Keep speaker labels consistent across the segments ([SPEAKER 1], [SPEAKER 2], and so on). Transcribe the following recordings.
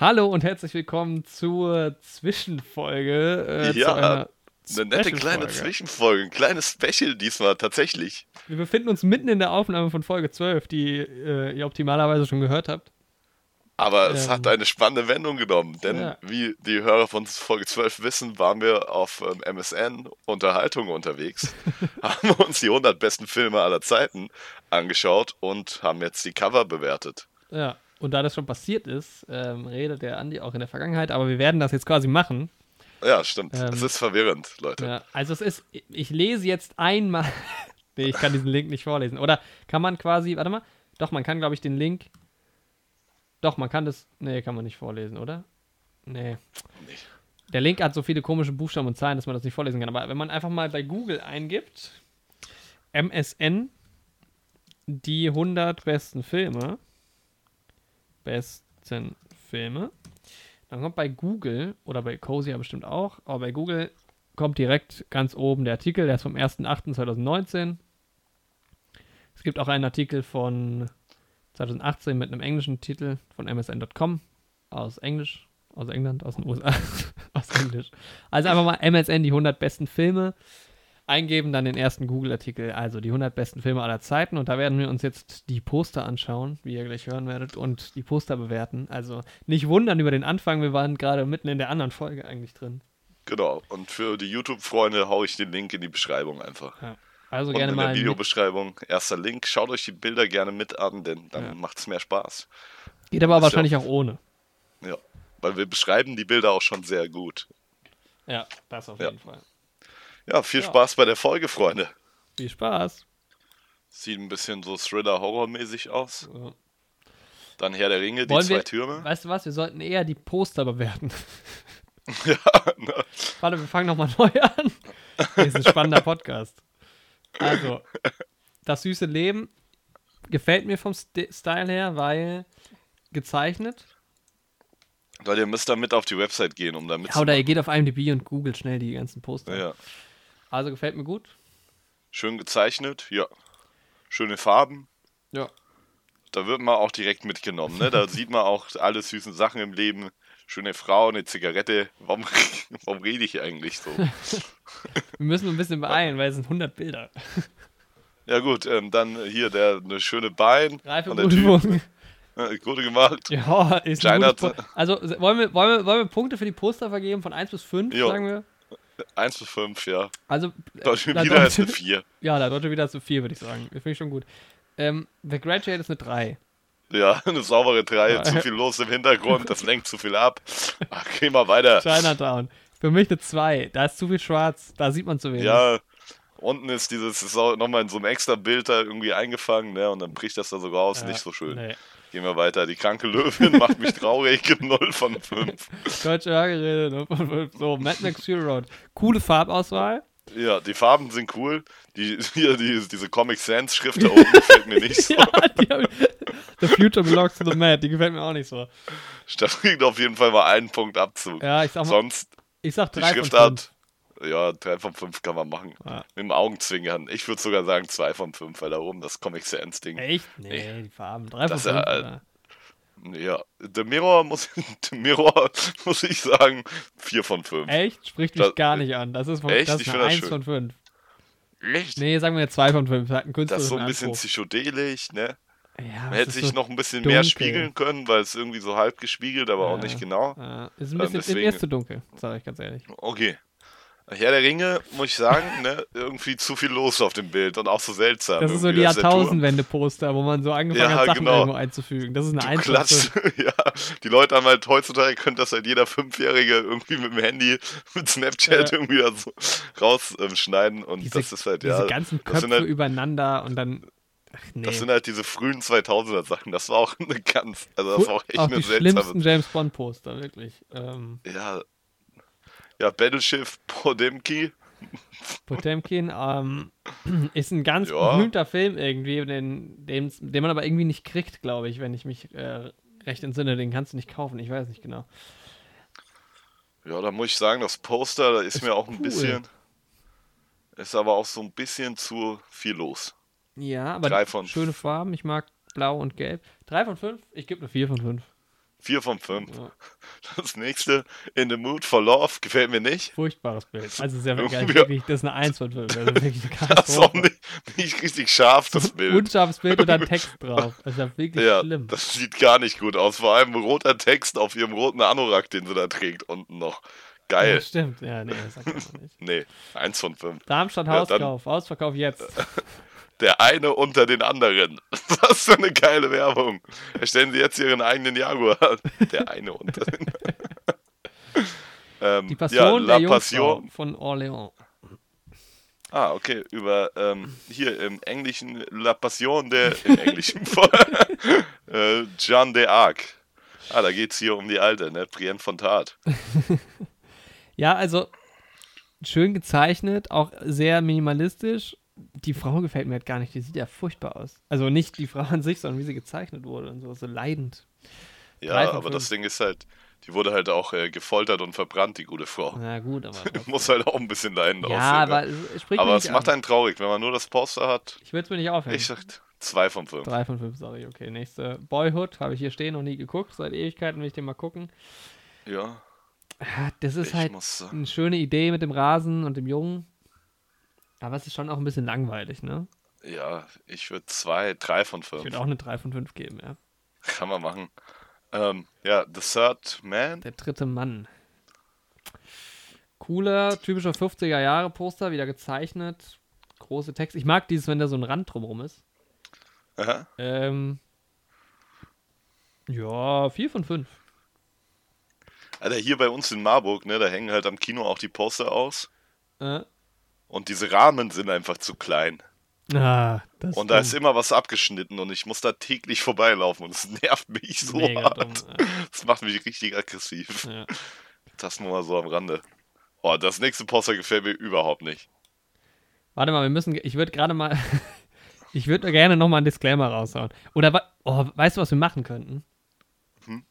[SPEAKER 1] Hallo und herzlich willkommen zur Zwischenfolge. äh, zu
[SPEAKER 2] Ja,
[SPEAKER 1] einer
[SPEAKER 2] Eine nette kleine
[SPEAKER 1] Special-Folge.
[SPEAKER 2] Zwischenfolge, ein kleines Special diesmal tatsächlich.
[SPEAKER 1] Wir befinden uns mitten in der Aufnahme von Folge 12, die äh, ihr optimalerweise schon gehört habt.
[SPEAKER 2] Aber es
[SPEAKER 1] Ähm.
[SPEAKER 2] hat eine spannende Wendung genommen, denn
[SPEAKER 1] Ja.
[SPEAKER 2] wie die Hörer von Folge 12 wissen, waren wir auf ähm, MSN Unterhaltung unterwegs, haben uns die 100 besten Filme aller Zeiten angeschaut und haben jetzt die Cover bewertet.
[SPEAKER 1] Ja, und da das schon passiert ist, ähm, redet der Andi auch in der Vergangenheit, aber wir werden das jetzt quasi machen.
[SPEAKER 2] Ja, stimmt.
[SPEAKER 1] Ähm.
[SPEAKER 2] Es ist verwirrend, Leute.
[SPEAKER 1] Ja, also es ist, ich lese jetzt einmal. nee, ich kann diesen Link nicht vorlesen. Oder kann man quasi, warte mal, doch, man kann, glaube ich, den Link. Doch, man kann das. Nee, kann man nicht vorlesen, oder? Nee.
[SPEAKER 2] Nee.
[SPEAKER 1] Der Link hat so viele komische Buchstaben und Zahlen, dass man das nicht vorlesen kann. Aber wenn man einfach mal bei Google eingibt, MSN, die 100 besten Filme, besten Filme, dann kommt bei Google, oder bei Cozy ja bestimmt auch, aber bei Google kommt direkt ganz oben der Artikel, der ist vom 1.8.2019. Es gibt auch einen Artikel von 2018 mit einem englischen Titel von msn.com aus Englisch, aus England, aus den USA, aus Englisch. Also einfach mal MSN die 100 besten Filme eingeben, dann den ersten Google-Artikel, also die 100 besten Filme aller Zeiten und da werden wir uns jetzt die Poster anschauen, wie ihr gleich hören werdet und die Poster bewerten. Also nicht wundern über den Anfang, wir waren gerade mitten in der anderen Folge eigentlich drin.
[SPEAKER 2] Genau. Und für die YouTube-Freunde haue ich den Link in die Beschreibung einfach.
[SPEAKER 1] Also
[SPEAKER 2] und
[SPEAKER 1] gerne
[SPEAKER 2] in
[SPEAKER 1] mal
[SPEAKER 2] der
[SPEAKER 1] mit-
[SPEAKER 2] Videobeschreibung erster Link. Schaut euch die Bilder gerne mit an, denn dann
[SPEAKER 1] Ja.
[SPEAKER 2] macht es mehr Spaß.
[SPEAKER 1] Geht aber
[SPEAKER 2] Ist ja
[SPEAKER 1] wahrscheinlich auch ohne.
[SPEAKER 2] Ja, weil wir beschreiben die Bilder auch schon sehr gut.
[SPEAKER 1] Ja, das auf
[SPEAKER 2] Ja.
[SPEAKER 1] jeden Fall.
[SPEAKER 2] Ja, viel
[SPEAKER 1] Ja.
[SPEAKER 2] Spaß bei der Folge, Freunde.
[SPEAKER 1] Viel Spaß.
[SPEAKER 2] Sieht ein bisschen so Thriller-Horror-mäßig aus.
[SPEAKER 1] So.
[SPEAKER 2] Dann Herr der Ringe, die
[SPEAKER 1] Wollen
[SPEAKER 2] zwei
[SPEAKER 1] wir,
[SPEAKER 2] Türme.
[SPEAKER 1] weißt du was, wir sollten eher die Poster bewerten.
[SPEAKER 2] ja, ne?
[SPEAKER 1] Warte, wir fangen nochmal neu an. Das ist ein spannender Podcast. Also, das süße Leben gefällt mir vom Sti- Style her, weil gezeichnet.
[SPEAKER 2] Leute, ihr müsst da mit auf die Website gehen, um
[SPEAKER 1] Ja,
[SPEAKER 2] da
[SPEAKER 1] oder
[SPEAKER 2] mitzumachen.
[SPEAKER 1] ihr geht auf IMDb und googelt schnell die ganzen Poster.
[SPEAKER 2] Ja,
[SPEAKER 1] Also gefällt mir gut.
[SPEAKER 2] Schön gezeichnet, ja. Schöne Farben.
[SPEAKER 1] Ja.
[SPEAKER 2] Da wird man auch direkt mitgenommen, ne? Da sieht man auch alle süßen Sachen im Leben. Schöne Frau, eine Zigarette. Warum, warum rede ich eigentlich so?
[SPEAKER 1] Wir müssen ein bisschen beeilen, weil es sind 100 Bilder.
[SPEAKER 2] Ja gut, ähm, dann hier der eine schöne Bein.
[SPEAKER 1] Reife
[SPEAKER 2] und der Typ,
[SPEAKER 1] Prüfung.
[SPEAKER 2] äh, gute gemacht.
[SPEAKER 1] Ja, Oh, ist ein
[SPEAKER 2] Kleiner
[SPEAKER 1] guter Punkt. Also se- wollen wir, wollen, wir, wollen wir Punkte für die Poster vergeben von 1 bis 5,
[SPEAKER 2] Jo.
[SPEAKER 1] sagen wir?
[SPEAKER 2] 1 bis 5, ja.
[SPEAKER 1] Also,
[SPEAKER 2] Deutsche
[SPEAKER 1] Na,
[SPEAKER 2] wieder ist eine
[SPEAKER 1] Deutsche-
[SPEAKER 2] 4.
[SPEAKER 1] ja, da deutsche wieder zu 4, würde ich sagen. Das finde ich schon gut. Ähm, The Graduate ist eine 3.
[SPEAKER 2] Ja, eine saubere 3.
[SPEAKER 1] Ja.
[SPEAKER 2] Zu viel los im Hintergrund, das lenkt zu viel ab. Ach, geh mal weiter.
[SPEAKER 1] Chinatown. Für mich eine 2. Da ist zu viel schwarz. Da sieht man zu wenig.
[SPEAKER 2] Ja, unten ist dieses, ist auch nochmal in so einem extra Bild da irgendwie eingefangen, ne? Und dann bricht das da so raus.
[SPEAKER 1] Ja,
[SPEAKER 2] Nicht so schön.
[SPEAKER 1] nee.
[SPEAKER 2] Gehen wir weiter. Die kranke Löwin macht mich traurig. 0 von 5.
[SPEAKER 1] Deutsche Hörgeräte. ne? So, Mad Max Fury Road. Coole Farbauswahl.
[SPEAKER 2] Ja, die Farben sind cool. Die, hier, die, diese Comic Sans Schrift da oben gefällt mir nicht so.
[SPEAKER 1] Ja, die hab ich, The Future Belongs to the Mad. Die gefällt mir auch nicht so.
[SPEAKER 2] Da kriegt auf jeden Fall mal einen Punkt Abzug.
[SPEAKER 1] Ja, ich sag mal,
[SPEAKER 2] Sonst,
[SPEAKER 1] ich sag
[SPEAKER 2] die
[SPEAKER 1] 3 von fünf.
[SPEAKER 2] Schriftart. Ja, 3 von 5 kann man machen.
[SPEAKER 1] Ja.
[SPEAKER 2] Mit dem Augenzwinkern. Ich würde sogar sagen 2 von 5, weil da oben das Comic Sans Ding.
[SPEAKER 1] Echt? Nee, die Farben. 3 von
[SPEAKER 2] Das
[SPEAKER 1] 5.
[SPEAKER 2] ist ja, äh,
[SPEAKER 1] oder?
[SPEAKER 2] Ja, The Mirror muss, The Mirror muss ich sagen 4 von 5.
[SPEAKER 1] Echt? Spricht mich
[SPEAKER 2] das-
[SPEAKER 1] gar nicht an. Das ist, von,
[SPEAKER 2] Echt?
[SPEAKER 1] Das
[SPEAKER 2] Ich
[SPEAKER 1] ist
[SPEAKER 2] find
[SPEAKER 1] eine
[SPEAKER 2] das
[SPEAKER 1] 1 von
[SPEAKER 2] schön.
[SPEAKER 1] 5.
[SPEAKER 2] Echt?
[SPEAKER 1] Nee, sagen wir jetzt 2 von 5. Hat einen
[SPEAKER 2] Das ist so
[SPEAKER 1] künstlerischen
[SPEAKER 2] ein bisschen
[SPEAKER 1] Anspruch.
[SPEAKER 2] psychedelisch, ne?
[SPEAKER 1] Ja,
[SPEAKER 2] Man
[SPEAKER 1] es
[SPEAKER 2] hätte
[SPEAKER 1] ist
[SPEAKER 2] sich
[SPEAKER 1] so-
[SPEAKER 2] noch ein bisschen
[SPEAKER 1] dunkel.
[SPEAKER 2] mehr spiegeln können, weil es irgendwie so halb gespiegelt, aber auch
[SPEAKER 1] Ja.
[SPEAKER 2] nicht genau.
[SPEAKER 1] Ja, es äh, ist ein
[SPEAKER 2] Ähm,
[SPEAKER 1] bisschen,
[SPEAKER 2] deswegen-
[SPEAKER 1] mir ist zu dunkel, sag ich ganz ehrlich.
[SPEAKER 2] Okay. Herr der Ringe, muss ich sagen, ne? Irgendwie zu viel los auf dem Bild und auch so seltsam.
[SPEAKER 1] Das ist so
[SPEAKER 2] Irgendwie
[SPEAKER 1] die
[SPEAKER 2] ist der Turm.
[SPEAKER 1] Jahrtausendwende-Poster, wo man so angefangen
[SPEAKER 2] Ja,
[SPEAKER 1] hat, Sachen
[SPEAKER 2] genau.
[SPEAKER 1] irgendwo einzufügen. Das ist eine
[SPEAKER 2] Du
[SPEAKER 1] Einzelne.
[SPEAKER 2] klatschst, ja. Die Leute haben halt heutzutage, könnte das halt jeder Fünfjährige irgendwie mit dem Handy, mit Snapchat
[SPEAKER 1] Ja.
[SPEAKER 2] irgendwie da so rausschneiden. Und
[SPEAKER 1] Diese,
[SPEAKER 2] das ist halt,
[SPEAKER 1] diese
[SPEAKER 2] ja.
[SPEAKER 1] ganzen
[SPEAKER 2] das
[SPEAKER 1] Köpfe
[SPEAKER 2] sind halt-
[SPEAKER 1] übereinander und dann. Ach nee.
[SPEAKER 2] Das sind halt diese frühen 2000er Sachen. Das war auch eine ganz, also das war auch echt
[SPEAKER 1] auch
[SPEAKER 2] eine
[SPEAKER 1] die
[SPEAKER 2] seltsame.
[SPEAKER 1] schlimmsten James Bond-Poster, wirklich. Ähm,
[SPEAKER 2] Ja. Ja, Battleschiff Podemki.
[SPEAKER 1] Potemkin ähm, ist ein ganz
[SPEAKER 2] Ja.
[SPEAKER 1] berühmter Film irgendwie, den, den, den man aber irgendwie nicht kriegt, glaube ich, wenn ich mich äh, recht entsinne. Den kannst du nicht kaufen, ich weiß nicht genau.
[SPEAKER 2] Ja, da muss ich sagen, das Poster, da ist,
[SPEAKER 1] Ist
[SPEAKER 2] mir auch
[SPEAKER 1] cool.
[SPEAKER 2] ein bisschen. Ist aber auch so ein bisschen zu viel los.
[SPEAKER 1] Ja, aber
[SPEAKER 2] Drei von
[SPEAKER 1] schöne Farben. Ich mag blau und gelb. Drei von fünf? Ich gebe eine vier von fünf.
[SPEAKER 2] Vier von fünf.
[SPEAKER 1] Ja.
[SPEAKER 2] Das nächste, In the Mood for Love, gefällt mir nicht.
[SPEAKER 1] Furchtbares Bild. Also sehr geil.
[SPEAKER 2] Ja.
[SPEAKER 1] Wirklich, das ist eine 1 von 5. Also wirklich eine
[SPEAKER 2] Das ist auch
[SPEAKER 1] Katastrophe.
[SPEAKER 2] nicht, nicht richtig scharf, das Bild.
[SPEAKER 1] Unscharfes Bild und dann Text drauf. Also das ist wirklich
[SPEAKER 2] Ja,
[SPEAKER 1] schlimm.
[SPEAKER 2] das sieht gar nicht gut aus. Vor allem roter Text auf ihrem roten Anorak, den sie da trägt, unten noch.
[SPEAKER 1] ja,
[SPEAKER 2] Geil.
[SPEAKER 1] stimmt. Ja, nee, das sagt man nicht.
[SPEAKER 2] Nee, eins von fünf.
[SPEAKER 1] Darmstadt
[SPEAKER 2] Ja, dann-
[SPEAKER 1] Hauskauf, Ausverkauf jetzt.
[SPEAKER 2] Der eine unter den anderen. Was für eine geile Werbung. Erstellen Sie jetzt Ihren eigenen Jaguar. Der eine unter den ähm,
[SPEAKER 1] Die
[SPEAKER 2] ja,
[SPEAKER 1] Passion
[SPEAKER 2] La
[SPEAKER 1] der Jungfrau
[SPEAKER 2] Passion.
[SPEAKER 1] von Orléans.
[SPEAKER 2] Ah, okay. Über ähm, hier im Englischen La Passion der im Englischen voll. äh, Jeanne d'Arc. Ah, da geht's hier um die alte, ne? Brienne von Tat.
[SPEAKER 1] Ja, also schön gezeichnet, auch sehr minimalistisch. Die Frau gefällt mir halt gar nicht. Die sieht ja furchtbar aus. Also nicht die Frau an sich, sondern wie sie gezeichnet wurde und so, so leidend. Drei
[SPEAKER 2] Ja,
[SPEAKER 1] von
[SPEAKER 2] aber
[SPEAKER 1] fünf.
[SPEAKER 2] das Ding ist halt, die wurde halt auch äh, gefoltert und verbrannt, die gute Frau.
[SPEAKER 1] Na gut, aber.
[SPEAKER 2] Muss halt auch ein bisschen leiden aussehen.
[SPEAKER 1] ja,
[SPEAKER 2] ne?
[SPEAKER 1] aber es es spricht
[SPEAKER 2] Aber
[SPEAKER 1] mich
[SPEAKER 2] es
[SPEAKER 1] nicht
[SPEAKER 2] macht
[SPEAKER 1] an.
[SPEAKER 2] einen traurig, wenn man nur das Poster hat.
[SPEAKER 1] Ich würde es mir nicht aufhängen.
[SPEAKER 2] Ich sag zwei von fünf.
[SPEAKER 1] Drei von fünf, sorry. Okay, nächste. Boyhood habe ich hier stehen, noch nie geguckt. Seit Ewigkeiten will ich den mal gucken.
[SPEAKER 2] Ja,
[SPEAKER 1] Ah, Das ist
[SPEAKER 2] ich
[SPEAKER 1] halt
[SPEAKER 2] muss sagen.
[SPEAKER 1] eine schöne Idee mit dem Rasen und dem Jungen. Aber es ist schon auch ein bisschen langweilig, ne?
[SPEAKER 2] Ja, ich würde zwei, drei von
[SPEAKER 1] Ich
[SPEAKER 2] fünf.
[SPEAKER 1] würde auch eine 3 von 5 geben, ja.
[SPEAKER 2] Kann man machen. Ähm, ja, The Third Man.
[SPEAKER 1] Der dritte Mann. Cooler, typischer 50er Jahre Poster, wieder gezeichnet. Große Text. Ich mag dieses, wenn da so ein Rand drumrum ist.
[SPEAKER 2] Aha.
[SPEAKER 1] Ähm, ja, 4 von 5.
[SPEAKER 2] Alter, hier bei uns in Marburg, ne, da hängen halt am Kino auch die Poster aus.
[SPEAKER 1] Äh,
[SPEAKER 2] Und diese Rahmen sind einfach zu klein.
[SPEAKER 1] ah, das
[SPEAKER 2] Und da
[SPEAKER 1] dumm.
[SPEAKER 2] ist immer was abgeschnitten und ich muss da täglich vorbeilaufen und es nervt mich so
[SPEAKER 1] Mega
[SPEAKER 2] hart.
[SPEAKER 1] dumm.
[SPEAKER 2] Das macht mich richtig aggressiv.
[SPEAKER 1] Ja. Ja.
[SPEAKER 2] Das nur mal so am Rande. Oh, das nächste Poster gefällt mir überhaupt nicht.
[SPEAKER 1] Warte mal, wir müssen. Ich würde gerade mal. ich würde gerne nochmal einen Disclaimer raushauen. Oder wa- oh, weißt du, was wir machen könnten?
[SPEAKER 2] Hm?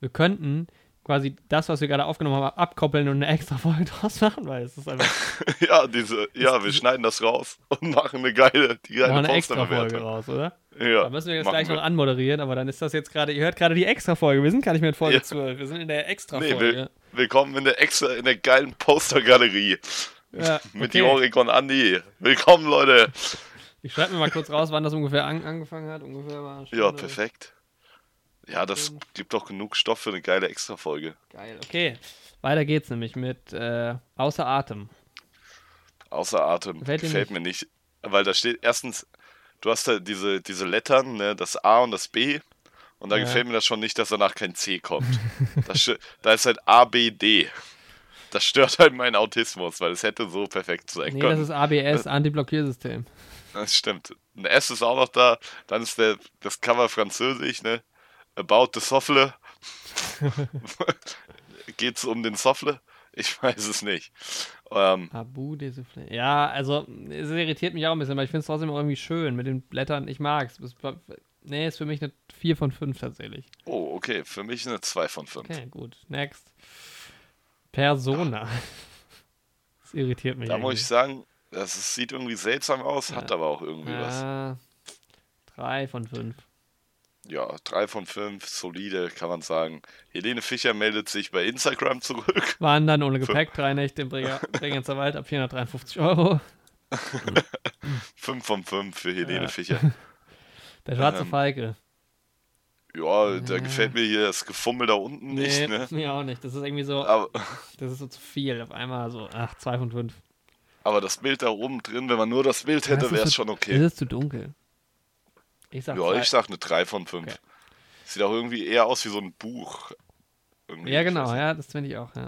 [SPEAKER 1] Wir könnten quasi das, was wir gerade aufgenommen haben, abkoppeln und eine extra Folge draus machen, weil es ist einfach
[SPEAKER 2] Ja, diese, ja, wir schneiden das raus und machen eine geile, die
[SPEAKER 1] noch
[SPEAKER 2] geile
[SPEAKER 1] eine extra Folge
[SPEAKER 2] Posterbewertung.
[SPEAKER 1] raus, oder?
[SPEAKER 2] Ja,
[SPEAKER 1] Da müssen wir jetzt
[SPEAKER 2] machen
[SPEAKER 1] gleich noch anmoderieren, aber dann ist das jetzt gerade. Ihr hört gerade die extra Folge. Wir sind gar nicht mehr in Folge
[SPEAKER 2] Ja.
[SPEAKER 1] 12. Wir sind in der extra
[SPEAKER 2] Nee,
[SPEAKER 1] Folge.
[SPEAKER 2] wir, willkommen in der extra, in der geilen Postergalerie
[SPEAKER 1] ja,
[SPEAKER 2] mit
[SPEAKER 1] okay.
[SPEAKER 2] Jorik und Andi. Willkommen, Leute.
[SPEAKER 1] Ich schreibe mir mal kurz raus, wann das ungefähr an, angefangen hat. Ungefähr war eine
[SPEAKER 2] Ja,
[SPEAKER 1] Stunde.
[SPEAKER 2] perfekt. Ja, das gibt doch genug Stoff für eine geile Extra-Folge.
[SPEAKER 1] Geil, okay. Weiter geht's nämlich mit äh, Außer Atem.
[SPEAKER 2] Außer Atem.
[SPEAKER 1] Gefällt
[SPEAKER 2] Gefällt,
[SPEAKER 1] dir
[SPEAKER 2] mir nicht. Weil da steht erstens, du hast da diese, diese Lettern, ne, das A und das B. Und da
[SPEAKER 1] Ja.
[SPEAKER 2] gefällt mir das schon nicht, dass danach kein C kommt. das, stö- da ist halt A, B, D. Das stört halt meinen Autismus, weil es hätte so perfekt sein
[SPEAKER 1] Nee, das
[SPEAKER 2] können.
[SPEAKER 1] ist
[SPEAKER 2] äh,
[SPEAKER 1] ABS, Anti-Blockiersystem.
[SPEAKER 2] Das stimmt. Ein S ist auch noch da. Dann ist der, das Cover französisch, ne? About the Soffle. Geht's um den Soffle? Ich weiß es nicht. Ähm,
[SPEAKER 1] Abu Desuflé. Ja, also es irritiert mich auch ein bisschen, weil ich finde es trotzdem auch irgendwie schön mit den Blättern. Ich mag's. es. bleibt- Nee, ist für mich eine 4 von 5 tatsächlich.
[SPEAKER 2] oh, okay. Für mich eine 2 von 5.
[SPEAKER 1] Okay, gut. Next. Persona. Das irritiert mich.
[SPEAKER 2] Da muss ich sagen, das ist, sieht irgendwie seltsam aus, hat aber auch irgendwie was.
[SPEAKER 1] ja, 3 Äh, von 5.
[SPEAKER 2] Ja, 3 von 5, solide, kann man sagen. Helene Fischer meldet sich bei Instagram zurück.
[SPEAKER 1] Wandern ohne Gepäck, drei Nächte im Breger- Bregenzer Wald ab 453 Euro.
[SPEAKER 2] 5 von 5 für Helene
[SPEAKER 1] Ja.
[SPEAKER 2] Fischer.
[SPEAKER 1] Der schwarze
[SPEAKER 2] Ähm,
[SPEAKER 1] Falke.
[SPEAKER 2] Ja, da gefällt mir hier das Gefummel da unten nicht, ne? Ah.
[SPEAKER 1] mir auch nicht. Das ist irgendwie so,
[SPEAKER 2] Aber,
[SPEAKER 1] das ist so zu viel. Auf einmal so, ach, 2 von 5.
[SPEAKER 2] aber das Bild da oben drin, wenn man nur das Bild
[SPEAKER 1] Das
[SPEAKER 2] hätte,
[SPEAKER 1] ist
[SPEAKER 2] wäre es
[SPEAKER 1] zu-
[SPEAKER 2] schon okay.
[SPEAKER 1] Das ist zu dunkel. Ich sag,
[SPEAKER 2] Ja,
[SPEAKER 1] zwei-
[SPEAKER 2] ich sag eine 3 von 5.
[SPEAKER 1] Okay.
[SPEAKER 2] Sieht auch irgendwie eher aus wie so ein Buch. Irgendwie,
[SPEAKER 1] ja
[SPEAKER 2] ich
[SPEAKER 1] genau,
[SPEAKER 2] weiß
[SPEAKER 1] ja, das finde ich auch, ja.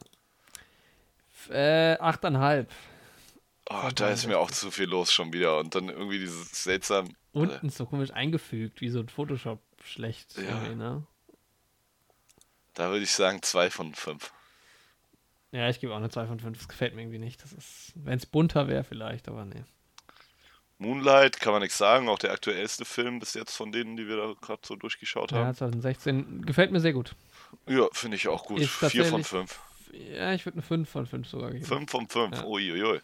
[SPEAKER 1] F- Äh, 8,5.
[SPEAKER 2] Oh, da ist mir auch zu viel los schon wieder. Und dann irgendwie dieses seltsam. Äh,
[SPEAKER 1] Unten ist so komisch eingefügt, wie so ein Photoshop schlecht.
[SPEAKER 2] Ja.
[SPEAKER 1] irgendwie, Ne?
[SPEAKER 2] Da würde ich sagen 2 von 5.
[SPEAKER 1] Ja, ich gebe auch eine 2 von 5. Das gefällt mir irgendwie nicht. Das ist, wenn es bunter wäre vielleicht, aber nee.
[SPEAKER 2] Moonlight kann man nichts sagen, auch der aktuellste Film bis jetzt von denen, die wir da gerade so durchgeschaut
[SPEAKER 1] Ja,
[SPEAKER 2] haben.
[SPEAKER 1] 2016 gefällt mir sehr gut.
[SPEAKER 2] Ja, finde ich auch gut.
[SPEAKER 1] Ist
[SPEAKER 2] 4 von
[SPEAKER 1] tatsächlich-
[SPEAKER 2] 5.
[SPEAKER 1] Ja, ich würde eine 5 von 5 sogar geben.
[SPEAKER 2] 5 von 5.
[SPEAKER 1] Ja.
[SPEAKER 2] Uiuiui.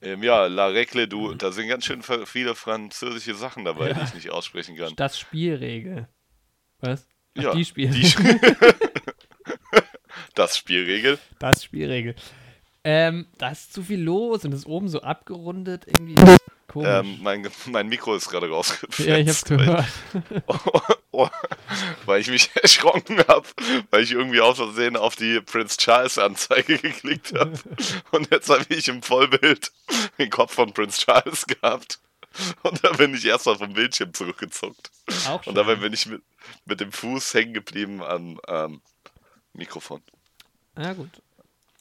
[SPEAKER 2] Ähm, ja, La Recle du,
[SPEAKER 1] Mhm.
[SPEAKER 2] da sind ganz schön ver- viele französische Sachen dabei, die ich nicht aussprechen kann.
[SPEAKER 1] Das Spielregel. Was? Ach, die Spiel.
[SPEAKER 2] die Spiel- das Spielregel.
[SPEAKER 1] Das Spielregel. Ähm, da ist zu viel los und ist oben so abgerundet, irgendwie komisch.
[SPEAKER 2] Ähm, mein, mein Mikro ist gerade rausgefetzt.
[SPEAKER 1] Oh. ja, ich hab's gehört.
[SPEAKER 2] weil, weil ich mich erschrocken habe, weil ich irgendwie aus Versehen auf die Prince Charles Anzeige geklickt habe. Und jetzt habe ich im Vollbild den Kopf von Prince Charles gehabt. Und da bin ich erstmal vom Bildschirm zurückgezuckt.
[SPEAKER 1] Auch schon.
[SPEAKER 2] Und dabei bin ich mit, mit dem Fuß hängen geblieben am ähm, Mikrofon.
[SPEAKER 1] ja, gut.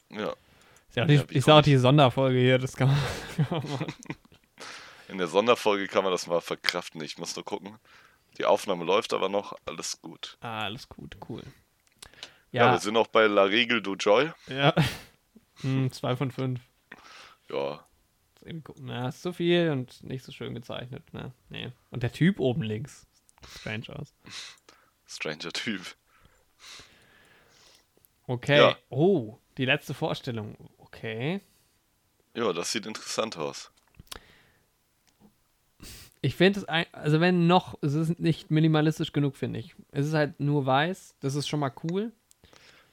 [SPEAKER 2] Ja,
[SPEAKER 1] Ist ja auch die,
[SPEAKER 2] Ja, wie
[SPEAKER 1] ist ja auch die Sonderfolge hier, das kann man, kann man machen.
[SPEAKER 2] in der Sonderfolge kann man das mal verkraften. Ich muss nur gucken. Die Aufnahme läuft aber noch. Alles gut.
[SPEAKER 1] Ah, alles gut, cool.
[SPEAKER 2] Ja,
[SPEAKER 1] Ja,
[SPEAKER 2] wir sind auch bei La Regel du Joy.
[SPEAKER 1] ja. Hm, zwei von fünf.
[SPEAKER 2] Ja,
[SPEAKER 1] Ist irgendwie gu- Na, ist zu viel und nicht so schön gezeichnet. Na, nee. Und der Typ oben links. Strange aus.
[SPEAKER 2] stranger Typ.
[SPEAKER 1] Okay.
[SPEAKER 2] Ja.
[SPEAKER 1] Oh, die letzte Vorstellung. Okay.
[SPEAKER 2] Ja, das sieht interessant aus.
[SPEAKER 1] Ich finde es, ein- also wenn noch, es ist nicht minimalistisch genug, finde ich. Es ist halt nur weiß, das ist schon mal cool.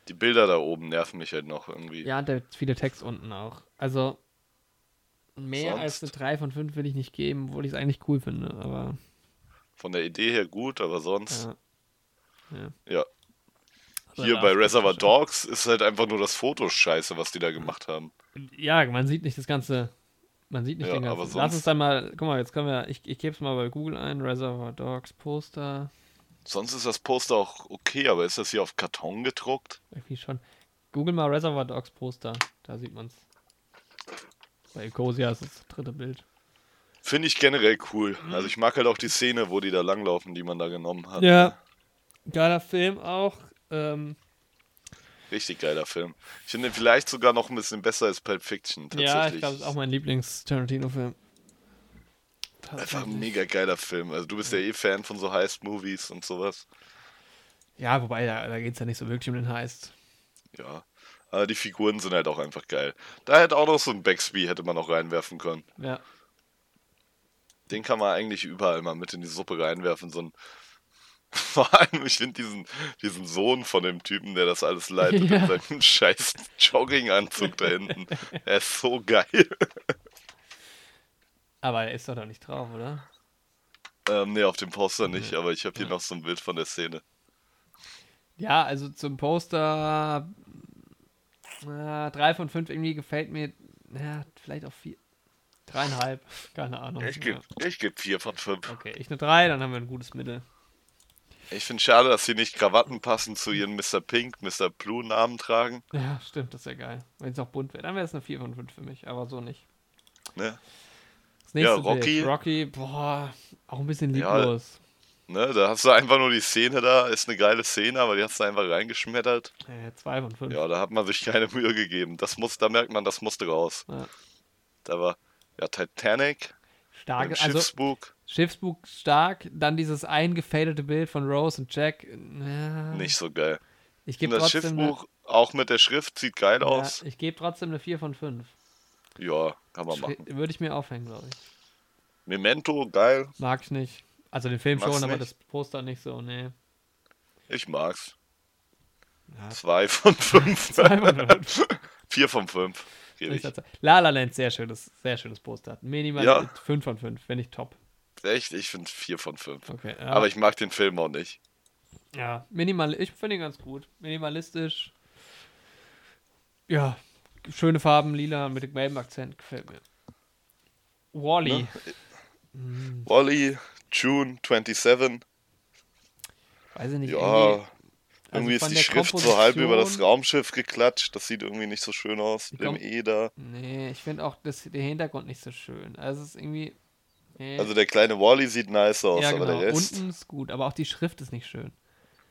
[SPEAKER 2] Die Bilder da oben nerven mich halt noch irgendwie.
[SPEAKER 1] Ja, da ist viele Text unten auch. Also mehr als eine
[SPEAKER 2] Sonst?
[SPEAKER 1] 3 von 5 will ich nicht geben, obwohl ich es eigentlich cool finde, aber
[SPEAKER 2] Von der Idee her gut, aber sonst.
[SPEAKER 1] ja.
[SPEAKER 2] Ja.
[SPEAKER 1] Also
[SPEAKER 2] Hier
[SPEAKER 1] da
[SPEAKER 2] bei
[SPEAKER 1] ist das
[SPEAKER 2] Reservoir
[SPEAKER 1] schon-
[SPEAKER 2] Dogs ist halt einfach nur das Foto scheiße, was die da gemacht haben.
[SPEAKER 1] Ja, man sieht nicht das ganze, man sieht nicht
[SPEAKER 2] Ja,
[SPEAKER 1] den ganzen.
[SPEAKER 2] aber
[SPEAKER 1] Lass
[SPEAKER 2] sonst-
[SPEAKER 1] uns dann mal, guck mal, jetzt können wir, ich, ich gebe es mal bei Google ein, Reservoir Dogs Poster,
[SPEAKER 2] Sonst ist das Poster auch okay, aber ist das hier auf Karton gedruckt?
[SPEAKER 1] irgendwie schon. Google mal Reservoir Dogs Poster, da sieht man's. Bei Ecosia ist das dritte Bild.
[SPEAKER 2] Finde ich generell cool.
[SPEAKER 1] Mhm.
[SPEAKER 2] Also ich mag halt auch die Szene, wo die da langlaufen, die man da genommen hat.
[SPEAKER 1] Ja. Geiler Film auch. Ähm,
[SPEAKER 2] Richtig geiler Film. Ich finde ihn vielleicht sogar noch ein bisschen besser als Pulp Fiction
[SPEAKER 1] ja, ich
[SPEAKER 2] tatsächlich.
[SPEAKER 1] glaube, das ist auch mein Lieblings-Tarantino-Film.
[SPEAKER 2] Einfach ein
[SPEAKER 1] Tatsächlich.
[SPEAKER 2] mega geiler Film. Also du bist ja eh Fan von so Heist-Movies und sowas.
[SPEAKER 1] Ja, wobei, da, da geht es ja nicht so wirklich um den Heist.
[SPEAKER 2] Ja. Aber die Figuren sind halt auch einfach geil. Da hätte auch noch so ein Backspy hätte man noch reinwerfen können.
[SPEAKER 1] Ja.
[SPEAKER 2] Den kann man eigentlich überall mal mit in die Suppe reinwerfen. So ein Vor allem, ich finde diesen, diesen Sohn von dem Typen, der das alles leitet,
[SPEAKER 1] Ja.
[SPEAKER 2] in seinem scheiß Jogginganzug da hinten. Er ist so geil.
[SPEAKER 1] Aber er ist doch noch nicht drauf, oder?
[SPEAKER 2] Ähm, nee, auf dem Poster nicht, aber ich habe hier noch so ein Bild von der Szene.
[SPEAKER 1] Ja, also zum Poster. Äh, drei von fünf irgendwie gefällt mir. Ja, vielleicht auch vier. Dreieinhalb. Keine Ahnung.
[SPEAKER 2] Ich
[SPEAKER 1] ja.
[SPEAKER 2] gebe ich geb 4 von 5.
[SPEAKER 1] Okay, ich eine drei, dann haben wir ein gutes Mittel.
[SPEAKER 2] Ich finde schade, dass sie nicht Krawatten passen zu ihren Mr. Pink, Mr. Blue Namen tragen.
[SPEAKER 1] Ja, stimmt, das ist ja geil. Wenn es auch bunt wäre, dann wäre es eine 4 von 5 für mich, aber so nicht.
[SPEAKER 2] Ne?
[SPEAKER 1] Das nächste
[SPEAKER 2] Ja, Rocky.
[SPEAKER 1] Bild. Rocky, boah, auch ein bisschen
[SPEAKER 2] Ja.
[SPEAKER 1] lieblos.
[SPEAKER 2] Ne, da hast du einfach nur die Szene da, ist eine geile Szene, aber die hast du einfach reingeschmettert.
[SPEAKER 1] Äh, zwei von fünf.
[SPEAKER 2] Ja, da hat man sich keine Mühe gegeben. Das muss, da merkt man, das musste raus.
[SPEAKER 1] Ja.
[SPEAKER 2] Da war ja Titanic,
[SPEAKER 1] Starke,
[SPEAKER 2] im
[SPEAKER 1] also
[SPEAKER 2] Schiffsbug,
[SPEAKER 1] Schiffsbug stark, dann dieses eingefadete Bild von Rose und Jack. Ja,
[SPEAKER 2] nicht so geil.
[SPEAKER 1] Ich
[SPEAKER 2] Und
[SPEAKER 1] gebe
[SPEAKER 2] das
[SPEAKER 1] trotzdem, eine-
[SPEAKER 2] Schiffsbuch, auch mit der Schrift, sieht geil
[SPEAKER 1] ja,
[SPEAKER 2] aus.
[SPEAKER 1] ich geb trotzdem eine 4 von 5.
[SPEAKER 2] Ja, kann man machen.
[SPEAKER 1] Würde ich mir aufhängen, glaube ich.
[SPEAKER 2] Memento, geil,
[SPEAKER 1] Mag ich nicht. Also den Film
[SPEAKER 2] Magst
[SPEAKER 1] schon,
[SPEAKER 2] du
[SPEAKER 1] aber
[SPEAKER 2] nicht?
[SPEAKER 1] das Poster nicht so, nee.
[SPEAKER 2] ich mag's.
[SPEAKER 1] Ja.
[SPEAKER 2] Zwei von fünf.
[SPEAKER 1] Zwei von fünf.
[SPEAKER 2] Vier von fünf. Gebe ich.
[SPEAKER 1] La La Land, sehr schönes, sehr schönes Poster. Minimal
[SPEAKER 2] Ja.
[SPEAKER 1] 5 von 5, wenn nicht top.
[SPEAKER 2] Echt, ich finde vier von fünf.
[SPEAKER 1] Okay, ja.
[SPEAKER 2] Aber ich mag den Film auch nicht.
[SPEAKER 1] Ja, minimal, ich finde ihn ganz gut. Minimalistisch. Ja, schöne Farben, lila mit gelbem Akzent, gefällt mir. Wally.
[SPEAKER 2] Ne?
[SPEAKER 1] Mhm.
[SPEAKER 2] Wally, June 27.
[SPEAKER 1] Weiß ich nicht. irgendwie-
[SPEAKER 2] Ja,
[SPEAKER 1] also
[SPEAKER 2] irgendwie
[SPEAKER 1] von
[SPEAKER 2] ist die
[SPEAKER 1] der
[SPEAKER 2] Schrift so halb über das
[SPEAKER 1] Komposition-
[SPEAKER 2] Raumschiff geklatscht. Das sieht irgendwie nicht so schön aus. Mit dem
[SPEAKER 1] glaub-
[SPEAKER 2] E da.
[SPEAKER 1] Nee, ich finde auch das, den Hintergrund nicht so schön. Also es ist irgendwie. Nee.
[SPEAKER 2] Also der kleine Wally sieht nice aus,
[SPEAKER 1] ja,
[SPEAKER 2] aber
[SPEAKER 1] genau.
[SPEAKER 2] der Rest.
[SPEAKER 1] Unten ist gut, aber auch die Schrift ist nicht schön.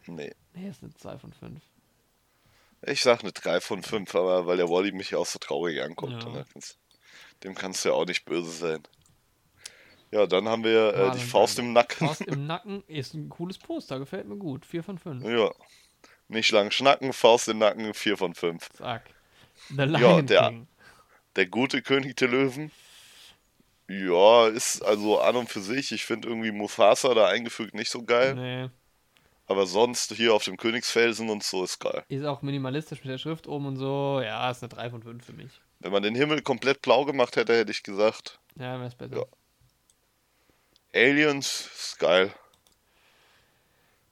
[SPEAKER 2] Nee.
[SPEAKER 1] Nee, ist eine 2 von 5.
[SPEAKER 2] Ich sag eine 3 von 5, aber weil der Wally mich ja auch so traurig anguckt.
[SPEAKER 1] Ja.
[SPEAKER 2] Und dann kannst, dem kannst du ja auch nicht böse sein. Ja, dann haben wir äh,
[SPEAKER 1] Marlon
[SPEAKER 2] die Faust
[SPEAKER 1] Brando.
[SPEAKER 2] im Nacken.
[SPEAKER 1] Faust im Nacken ist ein cooles Poster, gefällt mir gut. 4 von 5.
[SPEAKER 2] ja. Nicht lang schnacken, Faust im Nacken, 4 von 5.
[SPEAKER 1] Zack. The Lion
[SPEAKER 2] Ja, der-
[SPEAKER 1] King.
[SPEAKER 2] Der gute König der Löwen. Ja, ist also an und für sich. Ich finde irgendwie Mufasa da eingefügt nicht so geil.
[SPEAKER 1] Nee.
[SPEAKER 2] Aber sonst hier auf dem Königsfelsen und so ist geil.
[SPEAKER 1] Ist auch minimalistisch mit der Schrift oben und so. Ja, ist eine 3 von 5 für mich.
[SPEAKER 2] Wenn man den Himmel komplett blau gemacht hätte, hätte ich gesagt,
[SPEAKER 1] Ja, wäre es besser.
[SPEAKER 2] Ja. Aliens ist geil.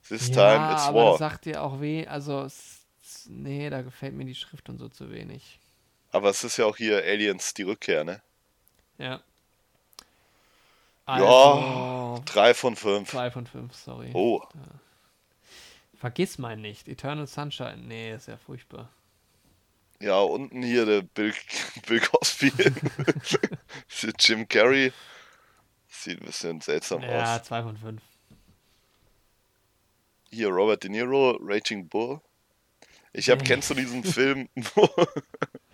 [SPEAKER 2] This time it's
[SPEAKER 1] aber das
[SPEAKER 2] war.
[SPEAKER 1] sagt dir auch weh. Also, s- s- nee, da gefällt mir die Schrift und so zu wenig.
[SPEAKER 2] aber es ist ja auch hier Aliens die Rückkehr, ne?
[SPEAKER 1] Ja.
[SPEAKER 2] Ja.
[SPEAKER 1] Also,
[SPEAKER 2] Drei von fünf.
[SPEAKER 1] 2 von 5, sorry.
[SPEAKER 2] Oh,
[SPEAKER 1] Vergiss mein nicht. Eternal Sunshine. Nee, ist ja furchtbar.
[SPEAKER 2] ja, unten hier der Bill, Bill Cosby. Jim Carrey. Sieht ein bisschen seltsam aus.
[SPEAKER 1] Ja, 2 von 5.
[SPEAKER 2] Hier Robert De Niro, Raging Bull. Ich hab, kennst du diesen Film? wo-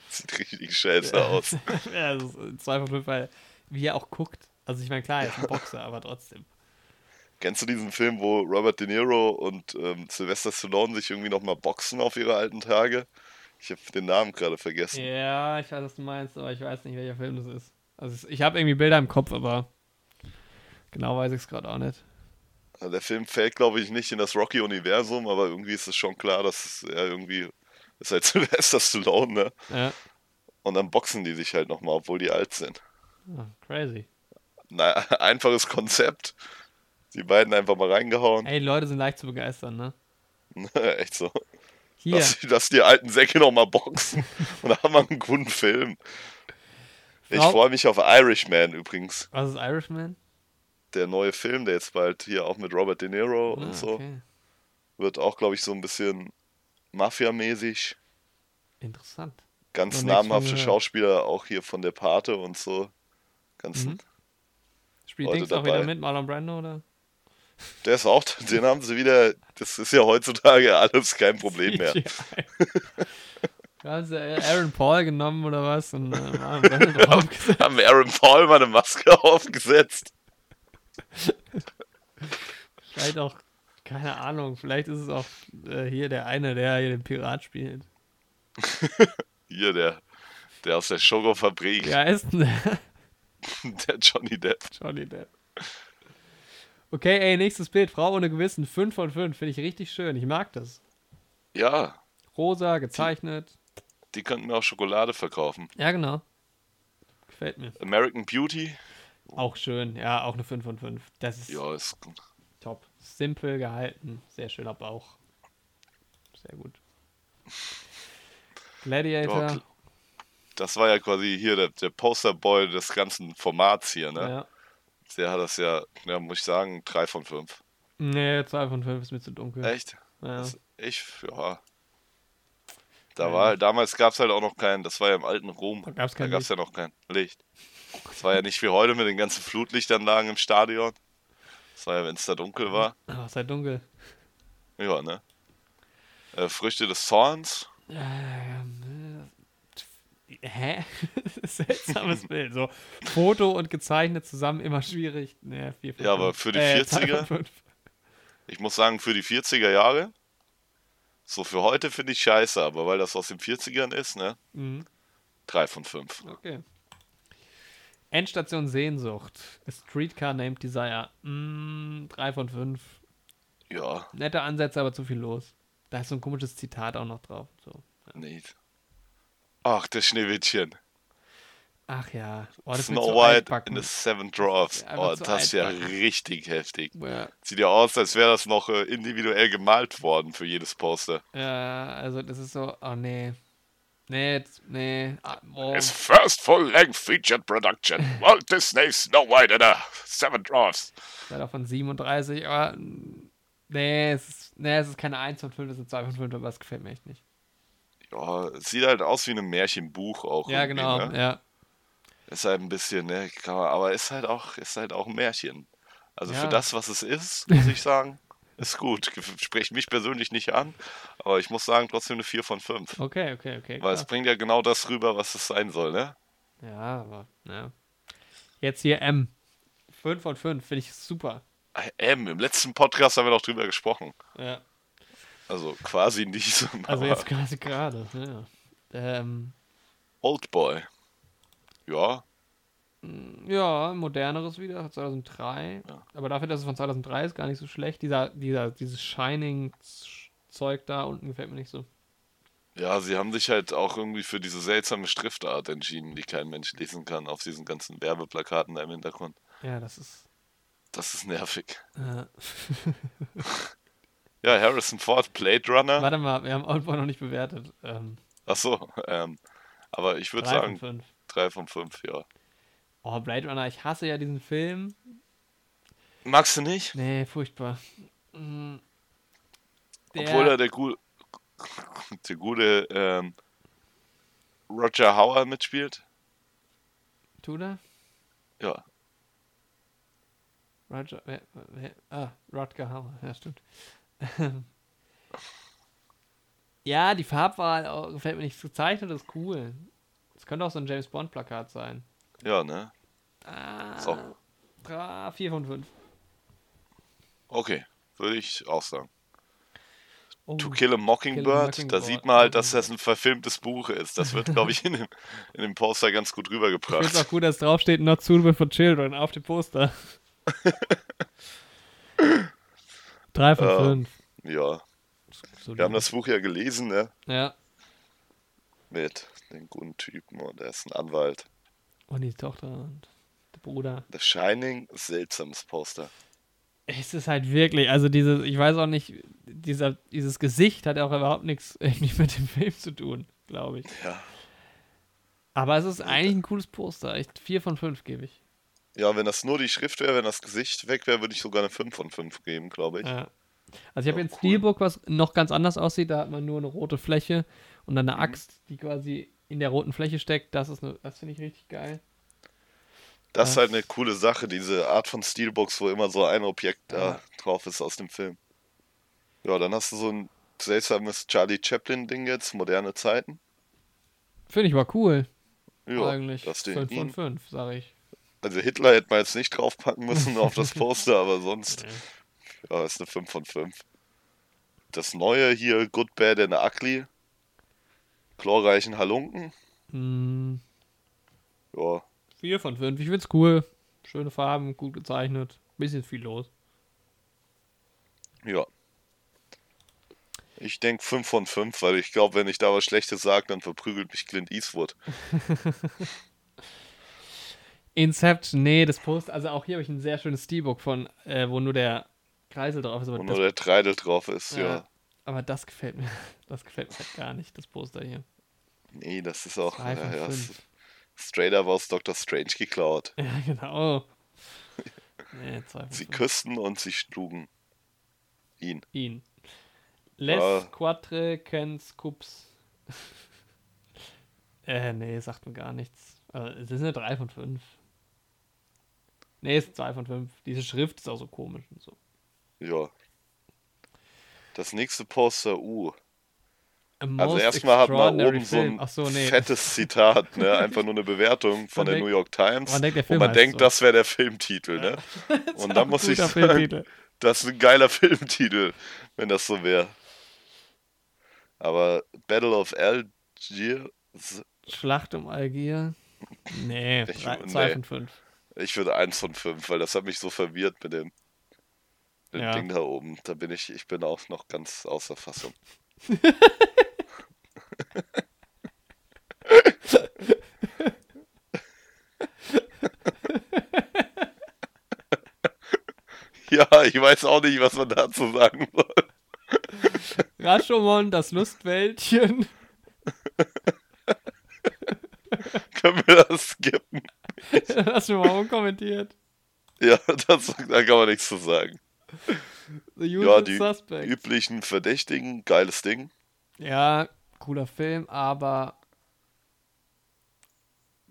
[SPEAKER 2] Sieht richtig scheiße aus.
[SPEAKER 1] ja, das ist 2 von 5, weil wie er auch guckt. Also, ich meine, klar, er ist ein Boxer, aber trotzdem.
[SPEAKER 2] Kennst du diesen Film, wo Robert De Niro und ähm, Sylvester Stallone sich irgendwie nochmal boxen auf ihre alten Tage? Ich habe den Namen gerade vergessen.
[SPEAKER 1] Ja, ich weiß, was du meinst, aber ich weiß nicht, welcher Film das ist. Also, es- ich habe irgendwie Bilder im Kopf, aber genau weiß ich es gerade auch nicht.
[SPEAKER 2] Also Der Film fällt, glaube ich, nicht in das Rocky-Universum, aber irgendwie ist es schon klar, dass es ja irgendwie ist halt Sylvester Stallone, ne?
[SPEAKER 1] Ja.
[SPEAKER 2] Und dann boxen die sich halt nochmal, obwohl die alt sind.
[SPEAKER 1] Ah, crazy.
[SPEAKER 2] Na, einfaches Konzept. Die beiden einfach mal reingehauen.
[SPEAKER 1] Ey, die Leute sind leicht zu begeistern, ne?
[SPEAKER 2] Echt so.
[SPEAKER 1] Hier,
[SPEAKER 2] Dass, die- dass die alten Säcke nochmal boxen. Und dann haben wir einen guten Film. Ich
[SPEAKER 1] Frau-
[SPEAKER 2] freue mich auf Irishman übrigens.
[SPEAKER 1] was ist Irishman?
[SPEAKER 2] Der neue Film, der jetzt bald hier auch mit Robert De Niro und
[SPEAKER 1] Ah,
[SPEAKER 2] so.
[SPEAKER 1] okay.
[SPEAKER 2] Wird auch, glaube ich, so ein bisschen Mafia-mäßig.
[SPEAKER 1] Interessant. Noch
[SPEAKER 2] Ganz
[SPEAKER 1] nichts von
[SPEAKER 2] namhafte
[SPEAKER 1] gehört.
[SPEAKER 2] Schauspieler, auch hier von der Pate und so. Ganz,
[SPEAKER 1] Mhm. Spielt
[SPEAKER 2] Leute
[SPEAKER 1] Dings auch
[SPEAKER 2] dabei.
[SPEAKER 1] wieder mit Marlon Brando, oder?
[SPEAKER 2] Der ist auch, den haben sie wieder. Das ist ja heutzutage alles kein Problem mehr.
[SPEAKER 1] CGI. Da haben sie Aaron Paul genommen oder was und äh, Marlon Brando draufgesetzt.
[SPEAKER 2] Haben Aaron Paul mal eine Maske aufgesetzt.
[SPEAKER 1] Vielleicht auch, keine Ahnung, vielleicht ist es auch äh, hier der eine, der hier den Pirat spielt.
[SPEAKER 2] Hier, der, der aus der Sugar-Fabrik,
[SPEAKER 1] Ja, ist denn der?
[SPEAKER 2] der Johnny Depp.
[SPEAKER 1] Johnny Depp. Okay, ey, nächstes Bild. Frau ohne Gewissen. 5 von 5. Finde ich richtig schön. Ich mag das.
[SPEAKER 2] Ja,
[SPEAKER 1] Rosa, gezeichnet.
[SPEAKER 2] Die könnten mir auch Schokolade verkaufen.
[SPEAKER 1] Ja, genau. Gefällt mir.
[SPEAKER 2] American Beauty?
[SPEAKER 1] Auch schön. Ja, auch eine 5 von 5. Das ist
[SPEAKER 2] Ja, ist gut.
[SPEAKER 1] top. Simpel gehalten. Sehr schöner Bauch. Sehr gut.
[SPEAKER 2] Ja,
[SPEAKER 1] Gladiator.
[SPEAKER 2] kl- das war ja quasi hier der, der Posterboy des ganzen Formats hier, ne?
[SPEAKER 1] Ja.
[SPEAKER 2] Der hat das ja, ja, muss ich sagen, 3 von 5.
[SPEAKER 1] Nee, 2 von 5 ist mir zu dunkel.
[SPEAKER 2] Echt?
[SPEAKER 1] Ja.
[SPEAKER 2] Das, ich, ja. Da
[SPEAKER 1] Ja.
[SPEAKER 2] war, damals gab es halt auch noch keinen, das war ja im alten Rom.
[SPEAKER 1] Da gab's
[SPEAKER 2] da
[SPEAKER 1] kein
[SPEAKER 2] gab es ja noch kein Licht. Das war ja nicht wie heute mit den ganzen Flutlichtanlagen im Stadion. Das war ja, wenn es da dunkel war.
[SPEAKER 1] Ah, es ist halt dunkel.
[SPEAKER 2] Ja, ne? Äh, Früchte des Zorns?
[SPEAKER 1] Ähm, äh, Hä? Seltsames Bild. So Foto und gezeichnet zusammen immer schwierig. Naja, vier von
[SPEAKER 2] Ja,
[SPEAKER 1] fünf.
[SPEAKER 2] aber für die
[SPEAKER 1] Äh, zwei
[SPEAKER 2] 40er?
[SPEAKER 1] von fünf.
[SPEAKER 2] Ich muss sagen, für die 40er Jahre, so für heute finde ich scheiße, aber weil das aus den 40ern ist, ne?
[SPEAKER 1] Mhm,
[SPEAKER 2] 3 von 5.
[SPEAKER 1] okay. Endstation Sehnsucht. A Streetcar Named Desire. Mm, drei von fünf.
[SPEAKER 2] Ja,
[SPEAKER 1] Netter Ansätze, aber zu viel los. Da ist so ein komisches Zitat auch noch drauf. So.
[SPEAKER 2] nicht. Ach, das Schneewittchen.
[SPEAKER 1] Ach ja. Oh, das ist mir
[SPEAKER 2] Snow
[SPEAKER 1] zu
[SPEAKER 2] White
[SPEAKER 1] altbacken.
[SPEAKER 2] in the Seven Dwarfs.
[SPEAKER 1] Ja, einfach
[SPEAKER 2] Oh,
[SPEAKER 1] zu
[SPEAKER 2] das ist ja
[SPEAKER 1] altbacken.
[SPEAKER 2] richtig heftig.
[SPEAKER 1] Ja,
[SPEAKER 2] Sieht ja aus, als wäre das noch äh, individuell gemalt worden für jedes Poster.
[SPEAKER 1] ja, also das ist so, oh nee. Nee, jetzt- nee. Ah, oh.
[SPEAKER 2] His first full-length featured production. Walt Disney's Snow White in the Seven Dwarfs.
[SPEAKER 1] Sei doch von 37, aber mm, nee es, ist, nee, es ist keine 1 von 5, es ist 2 von 5, aber es gefällt mir echt nicht.
[SPEAKER 2] Ja, es sieht halt aus wie ein Märchenbuch auch.
[SPEAKER 1] Ja,
[SPEAKER 2] irgendwie,
[SPEAKER 1] genau,
[SPEAKER 2] ne?
[SPEAKER 1] ja.
[SPEAKER 2] Ist halt ein bisschen, ne, kann man, aber ist halt auch, ist halt auch ein Märchen. Also
[SPEAKER 1] Ja.
[SPEAKER 2] für das, was es ist, muss ich sagen, ist gut. Ge- Spricht mich persönlich nicht an, aber ich muss sagen, trotzdem eine 4 von 5.
[SPEAKER 1] Okay, okay, okay.
[SPEAKER 2] Weil es
[SPEAKER 1] Klar.
[SPEAKER 2] bringt ja genau das rüber, was es sein soll, ne?
[SPEAKER 1] Ja, aber, ja. Jetzt hier M. 5 von 5, finde ich super.
[SPEAKER 2] Ah, Ähm, im letzten Podcast haben wir noch drüber gesprochen.
[SPEAKER 1] Ja.
[SPEAKER 2] Also quasi in diesem,
[SPEAKER 1] Also
[SPEAKER 2] aber
[SPEAKER 1] jetzt quasi gerade, ja. Ähm,
[SPEAKER 2] Oldboy. Ja,
[SPEAKER 1] Ja, moderneres wieder, 2003.
[SPEAKER 2] Ja.
[SPEAKER 1] Aber dafür, dass es von 2003 ist, gar nicht so schlecht. Dieser, dieser, dieses Shining-Zeug da unten gefällt mir nicht so.
[SPEAKER 2] Ja, sie haben sich halt auch irgendwie für diese seltsame Schriftart entschieden, die kein Mensch lesen kann, auf diesen ganzen Werbeplakaten da im Hintergrund.
[SPEAKER 1] Ja, das ist.
[SPEAKER 2] Das ist nervig.
[SPEAKER 1] Äh,
[SPEAKER 2] Ja, Harrison Ford, Blade Runner.
[SPEAKER 1] warte mal, wir haben Outbound noch nicht bewertet. Ähm,
[SPEAKER 2] Achso, ähm, aber ich würde
[SPEAKER 1] drei von
[SPEAKER 2] sagen,
[SPEAKER 1] fünf.
[SPEAKER 2] drei von fünf, ja.
[SPEAKER 1] Oh, Blade Runner, ich hasse ja diesen Film.
[SPEAKER 2] Magst du nicht?
[SPEAKER 1] Nee, furchtbar. Mm. Der,
[SPEAKER 2] Obwohl er der, gu der gute ähm, Roger Hauer mitspielt.
[SPEAKER 1] Tut er?
[SPEAKER 2] Ja,
[SPEAKER 1] Roger, wer, wer, ah, Rodger Hauer, ja, stimmt. ja, die Farbwahl auch, gefällt mir nicht. Das Zeichnen ist cool. Das könnte auch so ein James Bond-Plakat sein.
[SPEAKER 2] ja, ne?
[SPEAKER 1] Ah,
[SPEAKER 2] Ist auch
[SPEAKER 1] drei, vier von fünf.
[SPEAKER 2] Okay, würde ich auch sagen.
[SPEAKER 1] Oh,
[SPEAKER 2] To Kill a Mockingbird, da
[SPEAKER 1] Mockingbird.
[SPEAKER 2] sieht man halt, dass das ein verfilmtes Buch ist. Das wird, glaube ich, in dem, in dem Poster ganz gut
[SPEAKER 1] Ich finde
[SPEAKER 2] rübergebracht.
[SPEAKER 1] auch gut, dass draufsteht Not suitable for children auf dem Poster. drei von
[SPEAKER 2] Ja.
[SPEAKER 1] fünf.
[SPEAKER 2] Ja,
[SPEAKER 1] So
[SPEAKER 2] wir haben das Buch ja gelesen, ne?
[SPEAKER 1] Ja,
[SPEAKER 2] Mit den guten Typen und er ist ein Anwalt.
[SPEAKER 1] und die Tochter und der Bruder.
[SPEAKER 2] The Shining, seltsames Poster.
[SPEAKER 1] Es ist halt wirklich, also dieses, ich weiß auch nicht, dieser, dieses Gesicht hat ja auch überhaupt nichts irgendwie mit dem Film zu tun, glaube ich.
[SPEAKER 2] Ja.
[SPEAKER 1] Aber es ist eigentlich ein cooles Poster. Echt vier von fünf gebe ich.
[SPEAKER 2] Ja, wenn das nur die Schrift wäre, wenn das Gesicht weg wäre, würde ich sogar eine 5 von 5 geben, glaube ich.
[SPEAKER 1] Ja. Also ich habe
[SPEAKER 2] Ja,
[SPEAKER 1] jetzt
[SPEAKER 2] cool.
[SPEAKER 1] Steelbook, was noch ganz anders aussieht. Da hat man nur eine rote Fläche und dann
[SPEAKER 2] Mhm.
[SPEAKER 1] eine Axt, die quasi in der roten Fläche steckt. Das ist eine, das finde ich richtig geil.
[SPEAKER 2] Das ist
[SPEAKER 1] Ja.
[SPEAKER 2] halt eine coole Sache, diese Art von Steelbox, wo immer so ein Objekt da drauf ist aus dem Film. Ja, dann hast du so ein seltsames Charlie Chaplin-Ding jetzt, moderne Zeiten.
[SPEAKER 1] Finde ich war cool
[SPEAKER 2] Ja,
[SPEAKER 1] eigentlich.
[SPEAKER 2] das Ding.
[SPEAKER 1] Fünf von fünf, sage ich.
[SPEAKER 2] Also Hitler hätte man jetzt nicht draufpacken müssen auf das Poster, aber sonst
[SPEAKER 1] Nee.
[SPEAKER 2] ja, ist eine 5 von 5. Das neue hier, Good, Bad and Ugly. Chlorreichen Halunken.
[SPEAKER 1] Hm,
[SPEAKER 2] Ja,
[SPEAKER 1] vier von fünf. Ich finde es cool. Schöne Farben, gut gezeichnet. Bisschen viel los.
[SPEAKER 2] ja. Ich denke 5 von 5, weil ich glaube, wenn ich da was Schlechtes sage, dann verprügelt mich Clint Eastwood.
[SPEAKER 1] Inception, nee, das Post, also auch hier habe ich ein sehr schönes Steelbook von, äh, wo nur der Kreisel drauf ist, aber
[SPEAKER 2] Wo nur
[SPEAKER 1] das,
[SPEAKER 2] der Treidel drauf ist,
[SPEAKER 1] Ja.
[SPEAKER 2] ja.
[SPEAKER 1] aber das gefällt mir, das gefällt mir halt gar nicht, das Poster hier.
[SPEAKER 2] Nee, das ist auch
[SPEAKER 1] Drei von
[SPEAKER 2] ja, ja,
[SPEAKER 1] fünf.
[SPEAKER 2] straight up aus Dr. Strange geklaut.
[SPEAKER 1] Ja, genau. Nee, zwei von
[SPEAKER 2] Sie
[SPEAKER 1] fünf.
[SPEAKER 2] küssten und sie schlugen ihn.
[SPEAKER 1] Ihn. Les
[SPEAKER 2] Ja.
[SPEAKER 1] Quatre Kens Cups. äh, nee, sagt mir gar nichts. Also, es ist eine 3 von 5. Nee, es ist 2 von 5. Diese Schrift ist auch so komisch und so.
[SPEAKER 2] Ja. Das nächste Poster, uh.
[SPEAKER 1] A
[SPEAKER 2] Also
[SPEAKER 1] most
[SPEAKER 2] erstmal hat man
[SPEAKER 1] extraordinary
[SPEAKER 2] oben so
[SPEAKER 1] film.
[SPEAKER 2] ein
[SPEAKER 1] Ach so, nee.
[SPEAKER 2] fettes Zitat, ne? Einfach nur eine Bewertung von
[SPEAKER 1] Man
[SPEAKER 2] der
[SPEAKER 1] denkt-
[SPEAKER 2] New York Times.
[SPEAKER 1] man denkt, der
[SPEAKER 2] wo
[SPEAKER 1] Film
[SPEAKER 2] man
[SPEAKER 1] heißt
[SPEAKER 2] denkt,
[SPEAKER 1] so.
[SPEAKER 2] das wäre der Filmtitel, ne? Und dann muss ich
[SPEAKER 1] Guter
[SPEAKER 2] sagen,
[SPEAKER 1] Filmtitel.
[SPEAKER 2] das ist ein geiler Filmtitel, wenn das so wäre. Aber Battle of Algiers,
[SPEAKER 1] Schlacht um Algier? Nee,
[SPEAKER 2] Ich-
[SPEAKER 1] 2
[SPEAKER 2] nee.
[SPEAKER 1] von 5.
[SPEAKER 2] Ich würde eins von fünf, weil das hat mich so verwirrt mit dem, dem
[SPEAKER 1] Ja.
[SPEAKER 2] Ding da oben. Da bin ich, ich bin auch noch ganz außer Fassung. ja, ich weiß auch nicht, was man dazu sagen soll.
[SPEAKER 1] Rashomon, das Lustwäldchen.
[SPEAKER 2] Können wir das skippen?
[SPEAKER 1] Rashomon unkommentiert.
[SPEAKER 2] Ja, das, da kann man nichts zu sagen.
[SPEAKER 1] The
[SPEAKER 2] Ja,
[SPEAKER 1] Usual
[SPEAKER 2] die
[SPEAKER 1] Suspect.
[SPEAKER 2] üblichen Verdächtigen, geiles Ding.
[SPEAKER 1] Ja, cooler Film, aber.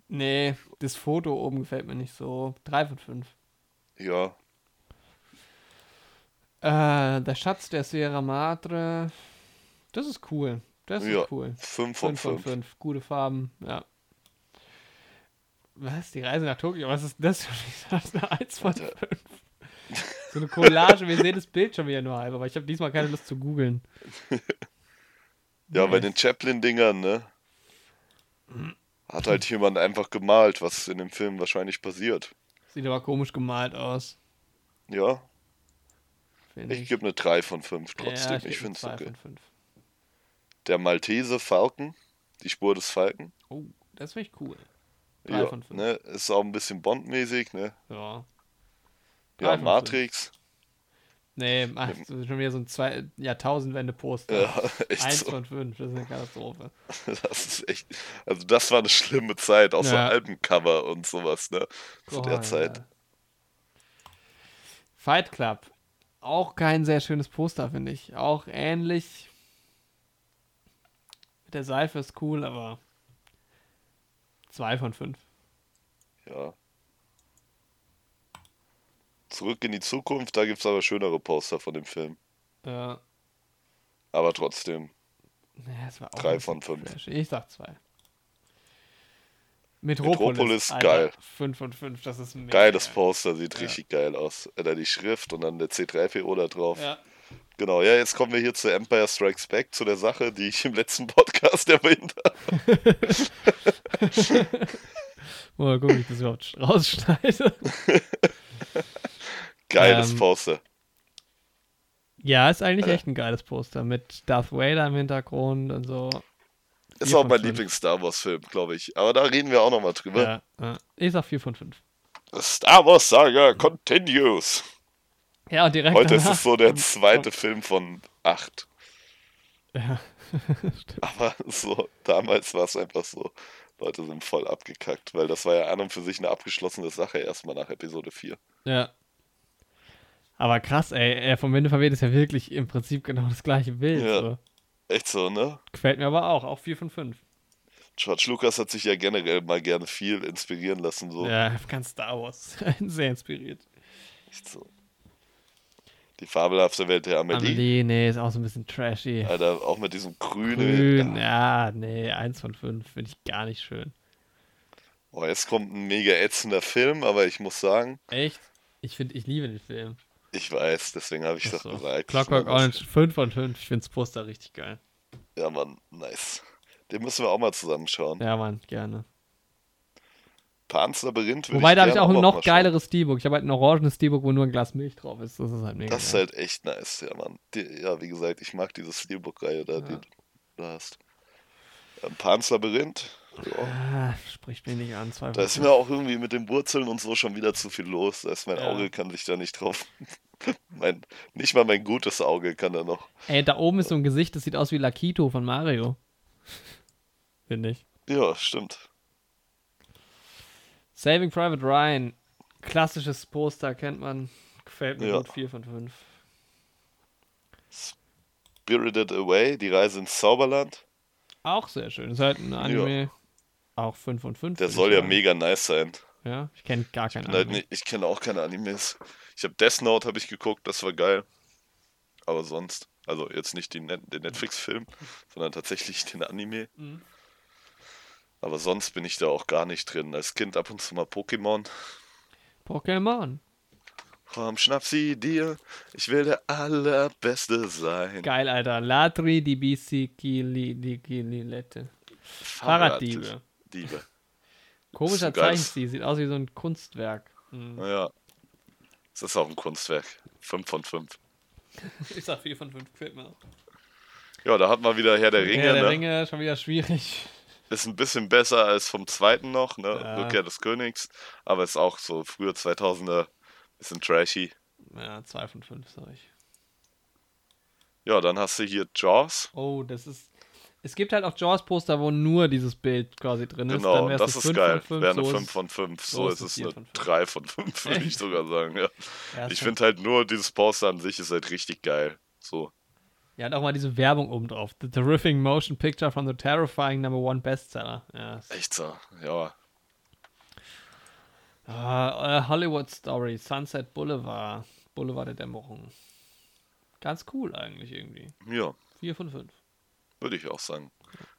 [SPEAKER 1] Nee, das Foto oben gefällt mir nicht so. 3 von 5.
[SPEAKER 2] Ja,
[SPEAKER 1] Äh, der Schatz der Sierra Madre. Das ist cool. Das ist
[SPEAKER 2] Ja.
[SPEAKER 1] cool.
[SPEAKER 2] 5 von
[SPEAKER 1] 5 von
[SPEAKER 2] 5.
[SPEAKER 1] 5. Gute Farben, ja. Was? Die Reise nach Tokio? Was ist das? Ich dachte, eine 1 von 5. So eine Collage. Wir sehen das Bild schon wieder nur halb, aber ich habe diesmal keine Lust zu googeln.
[SPEAKER 2] Ja, bei
[SPEAKER 1] Nee.
[SPEAKER 2] den Chaplin-Dingern, ne? Hat halt jemand einfach gemalt, was in dem Film wahrscheinlich passiert.
[SPEAKER 1] Sieht aber komisch gemalt aus.
[SPEAKER 2] Ja,
[SPEAKER 1] finde
[SPEAKER 2] ich gebe eine 3 von 5 trotzdem. ich
[SPEAKER 1] geb ihm
[SPEAKER 2] finde es
[SPEAKER 1] zwei
[SPEAKER 2] okay.
[SPEAKER 1] von fünf.
[SPEAKER 2] Der Maltese Falken, die Spur des Falken.
[SPEAKER 1] Oh, das finde ich cool. Drei
[SPEAKER 2] Ja,
[SPEAKER 1] von fünf.
[SPEAKER 2] ne, ist auch ein bisschen Bond-mäßig, ne?
[SPEAKER 1] Ja. Drei
[SPEAKER 2] Ja,
[SPEAKER 1] von
[SPEAKER 2] Matrix.
[SPEAKER 1] Nee, ach, das ist schon wieder so ein zwei Jahrtausendwende-Poster.
[SPEAKER 2] Ja, echt
[SPEAKER 1] Eins
[SPEAKER 2] so.
[SPEAKER 1] von fünf, das ist eine Katastrophe.
[SPEAKER 2] Das ist echt. Also, das war eine schlimme Zeit, auch so
[SPEAKER 1] Ja.
[SPEAKER 2] Albencover und sowas, ne? Zu der
[SPEAKER 1] Boah,
[SPEAKER 2] Zeit.
[SPEAKER 1] ja. Fight Club. Auch kein sehr schönes Poster, finde ich. Auch ähnlich. Mit der Seife ist cool, aber zwei von fünf.
[SPEAKER 2] Ja. Zurück in die Zukunft, da gibt es aber schönere Poster von dem Film.
[SPEAKER 1] Ja,
[SPEAKER 2] Aber trotzdem,
[SPEAKER 1] naja, es war auch
[SPEAKER 2] Drei
[SPEAKER 1] ein bisschen
[SPEAKER 2] von fünf.
[SPEAKER 1] Trash. Ich sag zwei.
[SPEAKER 2] Metropolis,
[SPEAKER 1] Metropolis, Alter.
[SPEAKER 2] geil.
[SPEAKER 1] Fünf von fünf, das ist mega.
[SPEAKER 2] geil, das Poster sieht
[SPEAKER 1] Ja.
[SPEAKER 2] richtig geil aus. Äh, Da die Schrift und dann der C3PO da drauf.
[SPEAKER 1] Ja,
[SPEAKER 2] Genau, ja, jetzt kommen wir hier zu Empire Strikes Back, zu der Sache, die ich im letzten Podcast erwähnt habe.
[SPEAKER 1] mal gucken, ob ich das überhaupt rausschneide.
[SPEAKER 2] Geiles
[SPEAKER 1] Ähm.
[SPEAKER 2] Poster.
[SPEAKER 1] Ja, ist eigentlich
[SPEAKER 2] Ja.
[SPEAKER 1] echt ein geiles Poster mit Darth Vader im Hintergrund und so.
[SPEAKER 2] Ist
[SPEAKER 1] vier
[SPEAKER 2] auch
[SPEAKER 1] von
[SPEAKER 2] mein
[SPEAKER 1] fünf.
[SPEAKER 2] Lieblings-Star Wars-Film, glaube ich. Aber da reden wir auch nochmal drüber.
[SPEAKER 1] Ja, ja. Ich sag 4 von 5.
[SPEAKER 2] Star Wars Saga continues.
[SPEAKER 1] Ja, genau. und direkt
[SPEAKER 2] Heute ist
[SPEAKER 1] danach,
[SPEAKER 2] es so der zweite Film von acht.
[SPEAKER 1] Ja.
[SPEAKER 2] Aber so, damals war es einfach so. Leute sind voll abgekackt, weil das war ja an und für sich eine abgeschlossene Sache erstmal nach Episode 4.
[SPEAKER 1] ja. Aber krass, ey, er vom Winde verweht ist ja wirklich im Prinzip genau das gleiche Bild.
[SPEAKER 2] Ja.
[SPEAKER 1] So.
[SPEAKER 2] Echt so, ne?
[SPEAKER 1] Gefällt mir aber auch, auch 4 von 5.
[SPEAKER 2] George Lucas hat sich ja generell mal gerne viel inspirieren lassen, so.
[SPEAKER 1] Ja, ganz Star Wars. Sehr inspiriert.
[SPEAKER 2] Echt so. Die fabelhafte Welt der Amelie.
[SPEAKER 1] Amelie, nee, ist auch so ein bisschen trashy.
[SPEAKER 2] Alter, auch mit diesem grünen.
[SPEAKER 1] Grün, ja, nee, 1 von 5 finde ich gar nicht schön.
[SPEAKER 2] Oh, jetzt kommt ein mega ätzender Film, aber ich muss sagen,
[SPEAKER 1] Echt? Ich finde, ich liebe den Film.
[SPEAKER 2] ich weiß, deswegen habe ich
[SPEAKER 1] Ach
[SPEAKER 2] das
[SPEAKER 1] so.
[SPEAKER 2] gesagt.
[SPEAKER 1] Clockwork Orange 5 von 5. Ich finde das Poster richtig geil.
[SPEAKER 2] Ja, Mann, nice. Den müssen wir auch mal zusammenschauen.
[SPEAKER 1] Ja, Mann, gerne.
[SPEAKER 2] Pans Labyrinth würde
[SPEAKER 1] Wobei, da habe ich
[SPEAKER 2] gerne
[SPEAKER 1] auch ein
[SPEAKER 2] mal
[SPEAKER 1] noch
[SPEAKER 2] schauen.
[SPEAKER 1] geileres Steelbook. Ich habe halt ein orangenes Steelbook, wo nur ein Glas Milch drauf ist. Das ist halt mega.
[SPEAKER 2] Das ist
[SPEAKER 1] geil.
[SPEAKER 2] halt echt nice, ja, Mann. Die, ja, wie gesagt, ich mag diese Steelbook-Reihe da, die
[SPEAKER 1] Ja.
[SPEAKER 2] du da hast. Ähm, Pans Labyrinth. Ja.
[SPEAKER 1] ah, spricht mich nicht an. Zwei
[SPEAKER 2] Da ist
[SPEAKER 1] von
[SPEAKER 2] mir auch irgendwie mit den Wurzeln und so schon wieder zu viel los. Da ist mein
[SPEAKER 1] Ja.
[SPEAKER 2] Auge kann sich da nicht drauf. mein, nicht mal mein gutes Auge kann da noch.
[SPEAKER 1] fünf. Ey, da oben ist so ein Gesicht, das sieht aus wie Lakito von Mario. Finde ich.
[SPEAKER 2] Ja, stimmt.
[SPEAKER 1] Saving Private Ryan. Klassisches Poster, kennt man. Gefällt mir
[SPEAKER 2] Ja.
[SPEAKER 1] gut. 4 von 5.
[SPEAKER 2] Spirited Away, die Reise ins Zauberland.
[SPEAKER 1] Auch sehr schön. Ist halt ein Anime. Auch 5 von 5.
[SPEAKER 2] Der
[SPEAKER 1] würd ich Mhm.
[SPEAKER 2] soll ja
[SPEAKER 1] sagen.
[SPEAKER 2] mega nice sein.
[SPEAKER 1] Ja, ich kenne gar keinen
[SPEAKER 2] Bin halt
[SPEAKER 1] Anime.
[SPEAKER 2] nicht, ich kenne auch keine Animes. Ich habe Death Note habe ich geguckt, das war geil. Aber sonst, also jetzt nicht die Net den Netflix-Film, sondern tatsächlich den Anime.
[SPEAKER 1] Mhm.
[SPEAKER 2] Aber sonst bin ich da auch gar nicht drin. Als Kind ab und zu mal Pokémon.
[SPEAKER 1] Pokémon.
[SPEAKER 2] Komm, schnapp sie dir. Ich will der Allerbeste sein.
[SPEAKER 1] Geil, Alter. Latri, die Bisikili, die Kililette. Fahrraddiebe.
[SPEAKER 2] Diebe.
[SPEAKER 1] Komischer
[SPEAKER 2] Ist ein geiles-
[SPEAKER 1] Zeichenstil, sieht aus wie so ein Kunstwerk. Hm.
[SPEAKER 2] Naja. Das ist auch ein Kunstwerk. 5 von 5.
[SPEAKER 1] Ich sag 4 von 5, gefällt mir auch.
[SPEAKER 2] Ja, da hat man wieder Herr der Ringe.
[SPEAKER 1] Ringe, der
[SPEAKER 2] ne?
[SPEAKER 1] Ringe, schon wieder schwierig.
[SPEAKER 2] Ist ein bisschen besser als vom zweiten noch, ne?
[SPEAKER 1] Ja.
[SPEAKER 2] Rückkehr des Königs, aber ist auch so frühe 2000er, bisschen trashy.
[SPEAKER 1] Ja, 2 von 5, sag ich.
[SPEAKER 2] Ja, dann hast du hier Jaws.
[SPEAKER 1] Oh, das ist. Es gibt halt auch Jaws-Poster, wo nur dieses Bild quasi drin ist.
[SPEAKER 2] Genau, und
[SPEAKER 1] wär's
[SPEAKER 2] das
[SPEAKER 1] eine
[SPEAKER 2] ist
[SPEAKER 1] 5
[SPEAKER 2] geil.
[SPEAKER 1] von 5,
[SPEAKER 2] Wäre eine
[SPEAKER 1] so
[SPEAKER 2] 5
[SPEAKER 1] ist-
[SPEAKER 2] von 5. So,
[SPEAKER 1] so ist
[SPEAKER 2] ist
[SPEAKER 1] es
[SPEAKER 2] es
[SPEAKER 1] 4
[SPEAKER 2] eine
[SPEAKER 1] von 5.
[SPEAKER 2] 3 von 5, würde ich
[SPEAKER 1] Echt?
[SPEAKER 2] sogar sagen. Ja.
[SPEAKER 1] Ja, ist
[SPEAKER 2] Ich
[SPEAKER 1] schon-
[SPEAKER 2] finde halt nur, dieses Poster an sich ist halt richtig geil. So.
[SPEAKER 1] Ja, und auch mal diese Werbung oben drauf. The Terrific Motion Picture from the Terrifying Number One Bestseller. Ja, ist-
[SPEAKER 2] Echt so. Ja.
[SPEAKER 1] Ah, äh, Hollywood Story, Sunset Boulevard. Boulevard der Dämmerung. Ganz cool eigentlich irgendwie.
[SPEAKER 2] Ja,
[SPEAKER 1] 4 von 5.
[SPEAKER 2] würde ich auch sagen.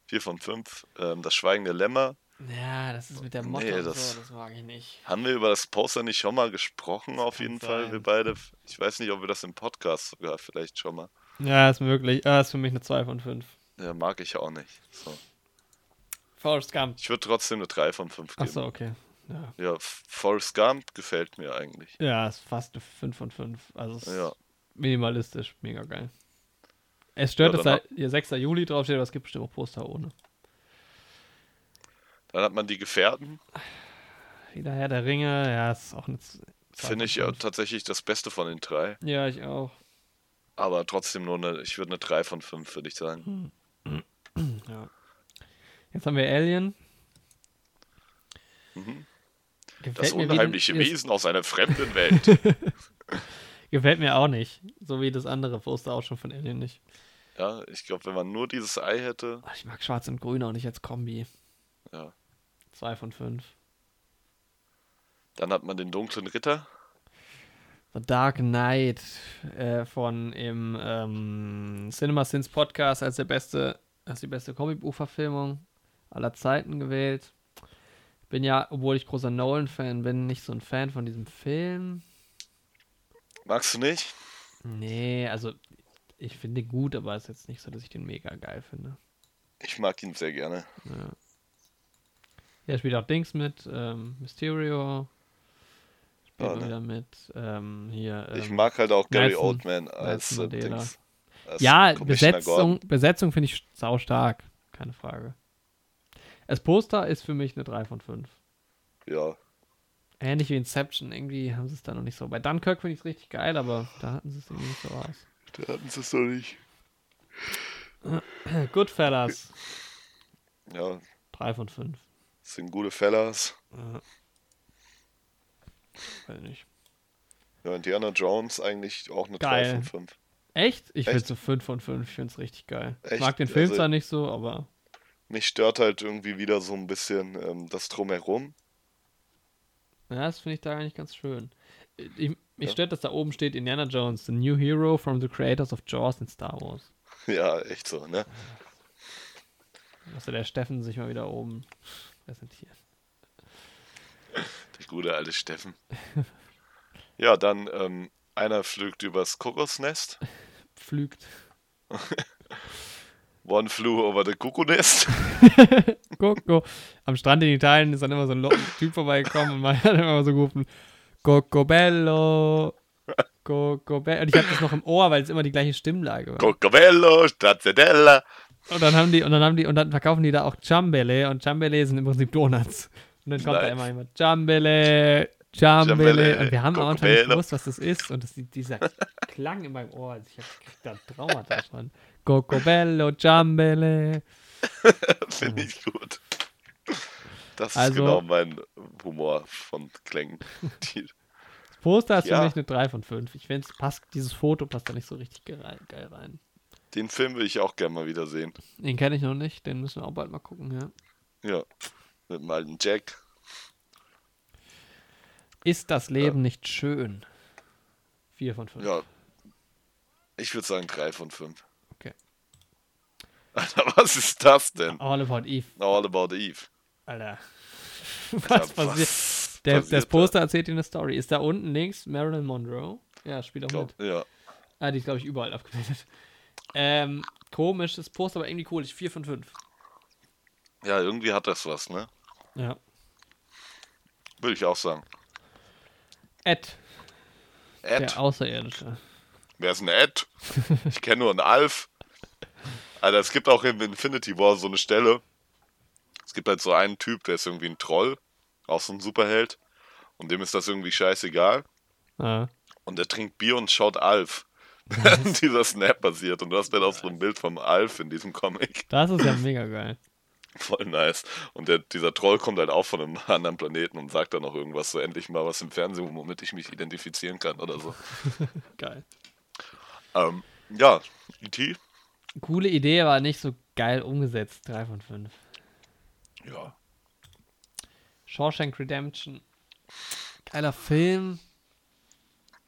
[SPEAKER 2] 4 von 5. Ähm, das Schweigende Lämmer.
[SPEAKER 1] Ja, das ist mit der Motte
[SPEAKER 2] Nee,
[SPEAKER 1] und
[SPEAKER 2] das-
[SPEAKER 1] so, das mag ich nicht.
[SPEAKER 2] Haben wir über das Poster nicht schon mal gesprochen, auf
[SPEAKER 1] kann
[SPEAKER 2] jeden Fall,
[SPEAKER 1] sein.
[SPEAKER 2] wir beide? Ich weiß nicht, ob wir das im Podcast sogar vielleicht schon mal.
[SPEAKER 1] Ja, ist möglich. Ah, ist für mich eine 2 von 5.
[SPEAKER 2] Ja, mag ich auch nicht. So.
[SPEAKER 1] Forrest Gump.
[SPEAKER 2] Ich würde trotzdem eine 3 von 5 geben.
[SPEAKER 1] Achso, okay. Ja.
[SPEAKER 2] Ja, Forrest Gump gefällt mir eigentlich.
[SPEAKER 1] ja, ist fast eine 5 von 5. Also es ist
[SPEAKER 2] Ja.
[SPEAKER 1] minimalistisch, mega geil. Es stört,
[SPEAKER 2] Ja,
[SPEAKER 1] dass
[SPEAKER 2] dann
[SPEAKER 1] da hier 6. Juli draufsteht, aber es gibt bestimmt auch Poster ohne.
[SPEAKER 2] Dann hat man die Gefährten.
[SPEAKER 1] Wieder Herr der Ringe, ja, ist auch eine. Z- zwei
[SPEAKER 2] Finde ich
[SPEAKER 1] von
[SPEAKER 2] ja
[SPEAKER 1] fünf.
[SPEAKER 2] tatsächlich das Beste von den drei.
[SPEAKER 1] Ja, ich auch.
[SPEAKER 2] Aber trotzdem nur eine, ich würde eine 3 von 5, würde ich
[SPEAKER 1] Hm.
[SPEAKER 2] sagen.
[SPEAKER 1] Ja. Jetzt haben wir Alien. Gefällt
[SPEAKER 2] Mhm. Das
[SPEAKER 1] mir wieder-
[SPEAKER 2] unheimliche
[SPEAKER 1] ist-
[SPEAKER 2] Wesen aus einer fremden Welt.
[SPEAKER 1] Gefällt mir auch nicht. So wie das andere Poster auch schon von Alien nicht.
[SPEAKER 2] ja, ich glaube, wenn man nur dieses Ei hätte,
[SPEAKER 1] Ach, ich mag Schwarz und Grün auch nicht als Kombi.
[SPEAKER 2] ja.
[SPEAKER 1] Zwei von fünf.
[SPEAKER 2] Dann hat man den dunklen Ritter.
[SPEAKER 1] The Dark Knight äh, von im ähm, Cinema Sins Podcast als der beste, als die beste Comicbuchverfilmung aller Zeiten gewählt. Bin ja, obwohl ich großer Nolan-Fan bin, nicht so ein Fan von diesem Film.
[SPEAKER 2] Magst du nicht?
[SPEAKER 1] Nee, also ich finde ihn gut, aber es ist jetzt nicht so, dass ich den mega geil finde.
[SPEAKER 2] Ich mag ihn sehr gerne.
[SPEAKER 1] Ja, spielt auch Dings mit, ähm, Mysterio. Spielt
[SPEAKER 2] Ah,
[SPEAKER 1] mal
[SPEAKER 2] ne.
[SPEAKER 1] wieder mit, ähm, hier. Ähm,
[SPEAKER 2] Ich mag halt auch Gary
[SPEAKER 1] Nelson-
[SPEAKER 2] Oldman als äh,
[SPEAKER 1] Nelson Mandela.
[SPEAKER 2] Dings. Als
[SPEAKER 1] ja,
[SPEAKER 2] Commissioner
[SPEAKER 1] Besetzung, Besetzung finde ich sau stark, keine Frage. Das Poster ist für mich eine 3 von 5.
[SPEAKER 2] Gordon. Ja.
[SPEAKER 1] Ähnlich wie Inception, irgendwie haben sie es da noch nicht so. Bei Dunkirk finde ich es richtig geil, aber da hatten sie es irgendwie nicht so aus.
[SPEAKER 2] Da hatten sie es doch nicht.
[SPEAKER 1] Goodfellas,
[SPEAKER 2] Ja,
[SPEAKER 1] 3 von 5.
[SPEAKER 2] sind gute Fellas.
[SPEAKER 1] Weiß nicht.
[SPEAKER 2] Ja, Indiana Jones eigentlich auch eine
[SPEAKER 1] Geil.
[SPEAKER 2] 3 von 5.
[SPEAKER 1] Echt? Ich will
[SPEAKER 2] Echt?
[SPEAKER 1] so 5 von 5, ich finde es richtig geil. Ich
[SPEAKER 2] Echt?
[SPEAKER 1] mag den Film
[SPEAKER 2] Also-
[SPEAKER 1] zwar nicht so, aber
[SPEAKER 2] Mich stört halt irgendwie wieder so ein bisschen ähm, das Drumherum.
[SPEAKER 1] Ja, das finde ich da eigentlich ganz schön. Ich, mich
[SPEAKER 2] Ja.
[SPEAKER 1] stört, dass da oben steht Indiana Jones, the new hero from the creators of Jaws in Star Wars.
[SPEAKER 2] Ja, echt so, ne?
[SPEAKER 1] Dass Also der Steffen sich mal wieder oben präsentiert.
[SPEAKER 2] Der gute alte Steffen. ja, dann ähm, einer flügt übers Kokosnest.
[SPEAKER 1] Pflügt.
[SPEAKER 2] One flew over the Kuckucknest.
[SPEAKER 1] Coco. Am Strand in Italien ist dann immer so ein Lo- Typ vorbeigekommen und man hat immer so gerufen: Cocobello. Cocobello. Und ich habe das noch im Ohr, weil es immer die gleiche Stimmlage war.
[SPEAKER 2] Coccobello, Stracciatella.
[SPEAKER 1] Und dann haben die, und dann haben die, und dann verkaufen die da auch Ciambele und Ciambele sind im Prinzip Donuts. Und dann kommt da
[SPEAKER 2] Nice.
[SPEAKER 1] immer jemand, Ciambele, Ciambele.
[SPEAKER 2] Ciambele,
[SPEAKER 1] Und wir haben am Anfang nicht
[SPEAKER 2] Cocobello.
[SPEAKER 1] gewusst, was das ist. Und das, dieser Klang in meinem Ohr, also ich hab- krieg da Traumata von. Cocobello, Ciambele.
[SPEAKER 2] Finde ich gut. Das
[SPEAKER 1] Hm. Also-
[SPEAKER 2] ist genau mein Humor von Klängen. Die,
[SPEAKER 1] Das Poster ist
[SPEAKER 2] Ja.
[SPEAKER 1] für mich eine 3 von 5. Ich finde, es passt, dieses Foto passt da nicht so richtig gerei- geil rein.
[SPEAKER 2] den Film will ich auch gerne mal wieder sehen.
[SPEAKER 1] Den kenne ich noch nicht, den müssen wir auch bald mal gucken, ja.
[SPEAKER 2] Ja, mit dem alten Jack.
[SPEAKER 1] Ist das Leben nicht schön? 4 von 5.
[SPEAKER 2] Ja, ich würde sagen 3 von 5.
[SPEAKER 1] Okay.
[SPEAKER 2] Alter, was ist das denn?
[SPEAKER 1] All about Eve.
[SPEAKER 2] All About Eve.
[SPEAKER 1] Alter. Was passiert? Der, das
[SPEAKER 2] passiert
[SPEAKER 1] Poster erzählt dir eine Story. Ist da unten links Marilyn Monroe? Ja, spielt auch
[SPEAKER 2] da?
[SPEAKER 1] mit.
[SPEAKER 2] Glaub, ja.
[SPEAKER 1] Ah, die ist, glaube ich, überall abgebildet. Ähm, komisches Poster, aber irgendwie cool. Ich 4 von 5.
[SPEAKER 2] ja, irgendwie hat das was, ne?
[SPEAKER 1] Ja.
[SPEAKER 2] Würde ich auch sagen.
[SPEAKER 1] Ed,
[SPEAKER 2] Ed.
[SPEAKER 1] der Außerirdische.
[SPEAKER 2] Wer ist ein Ed? Ich kenne nur einen Alf. Alter, es gibt auch im Infinity War so eine Stelle. Es gibt halt so einen Typ, der ist irgendwie ein Troll, auch so ein Superheld. Und dem ist das irgendwie scheißegal.
[SPEAKER 1] Ah.
[SPEAKER 2] Und er trinkt Bier und schaut Alf. Während dieser Snap passiert. Und du hast dann auch so ein Bild vom Alf in diesem Comic.
[SPEAKER 1] Das ist ja mega geil.
[SPEAKER 2] Voll nice. Und der, dieser Troll kommt halt auch von einem anderen Planeten und sagt dann noch irgendwas, so endlich mal was im Fernsehen, womit ich mich identifizieren kann oder so.
[SPEAKER 1] Geil.
[SPEAKER 2] Ähm, ja, E.T.
[SPEAKER 1] Coole Idee, aber nicht so geil umgesetzt. 3 von 5.
[SPEAKER 2] Ja.
[SPEAKER 1] Shawshank Redemption. Geiler Film.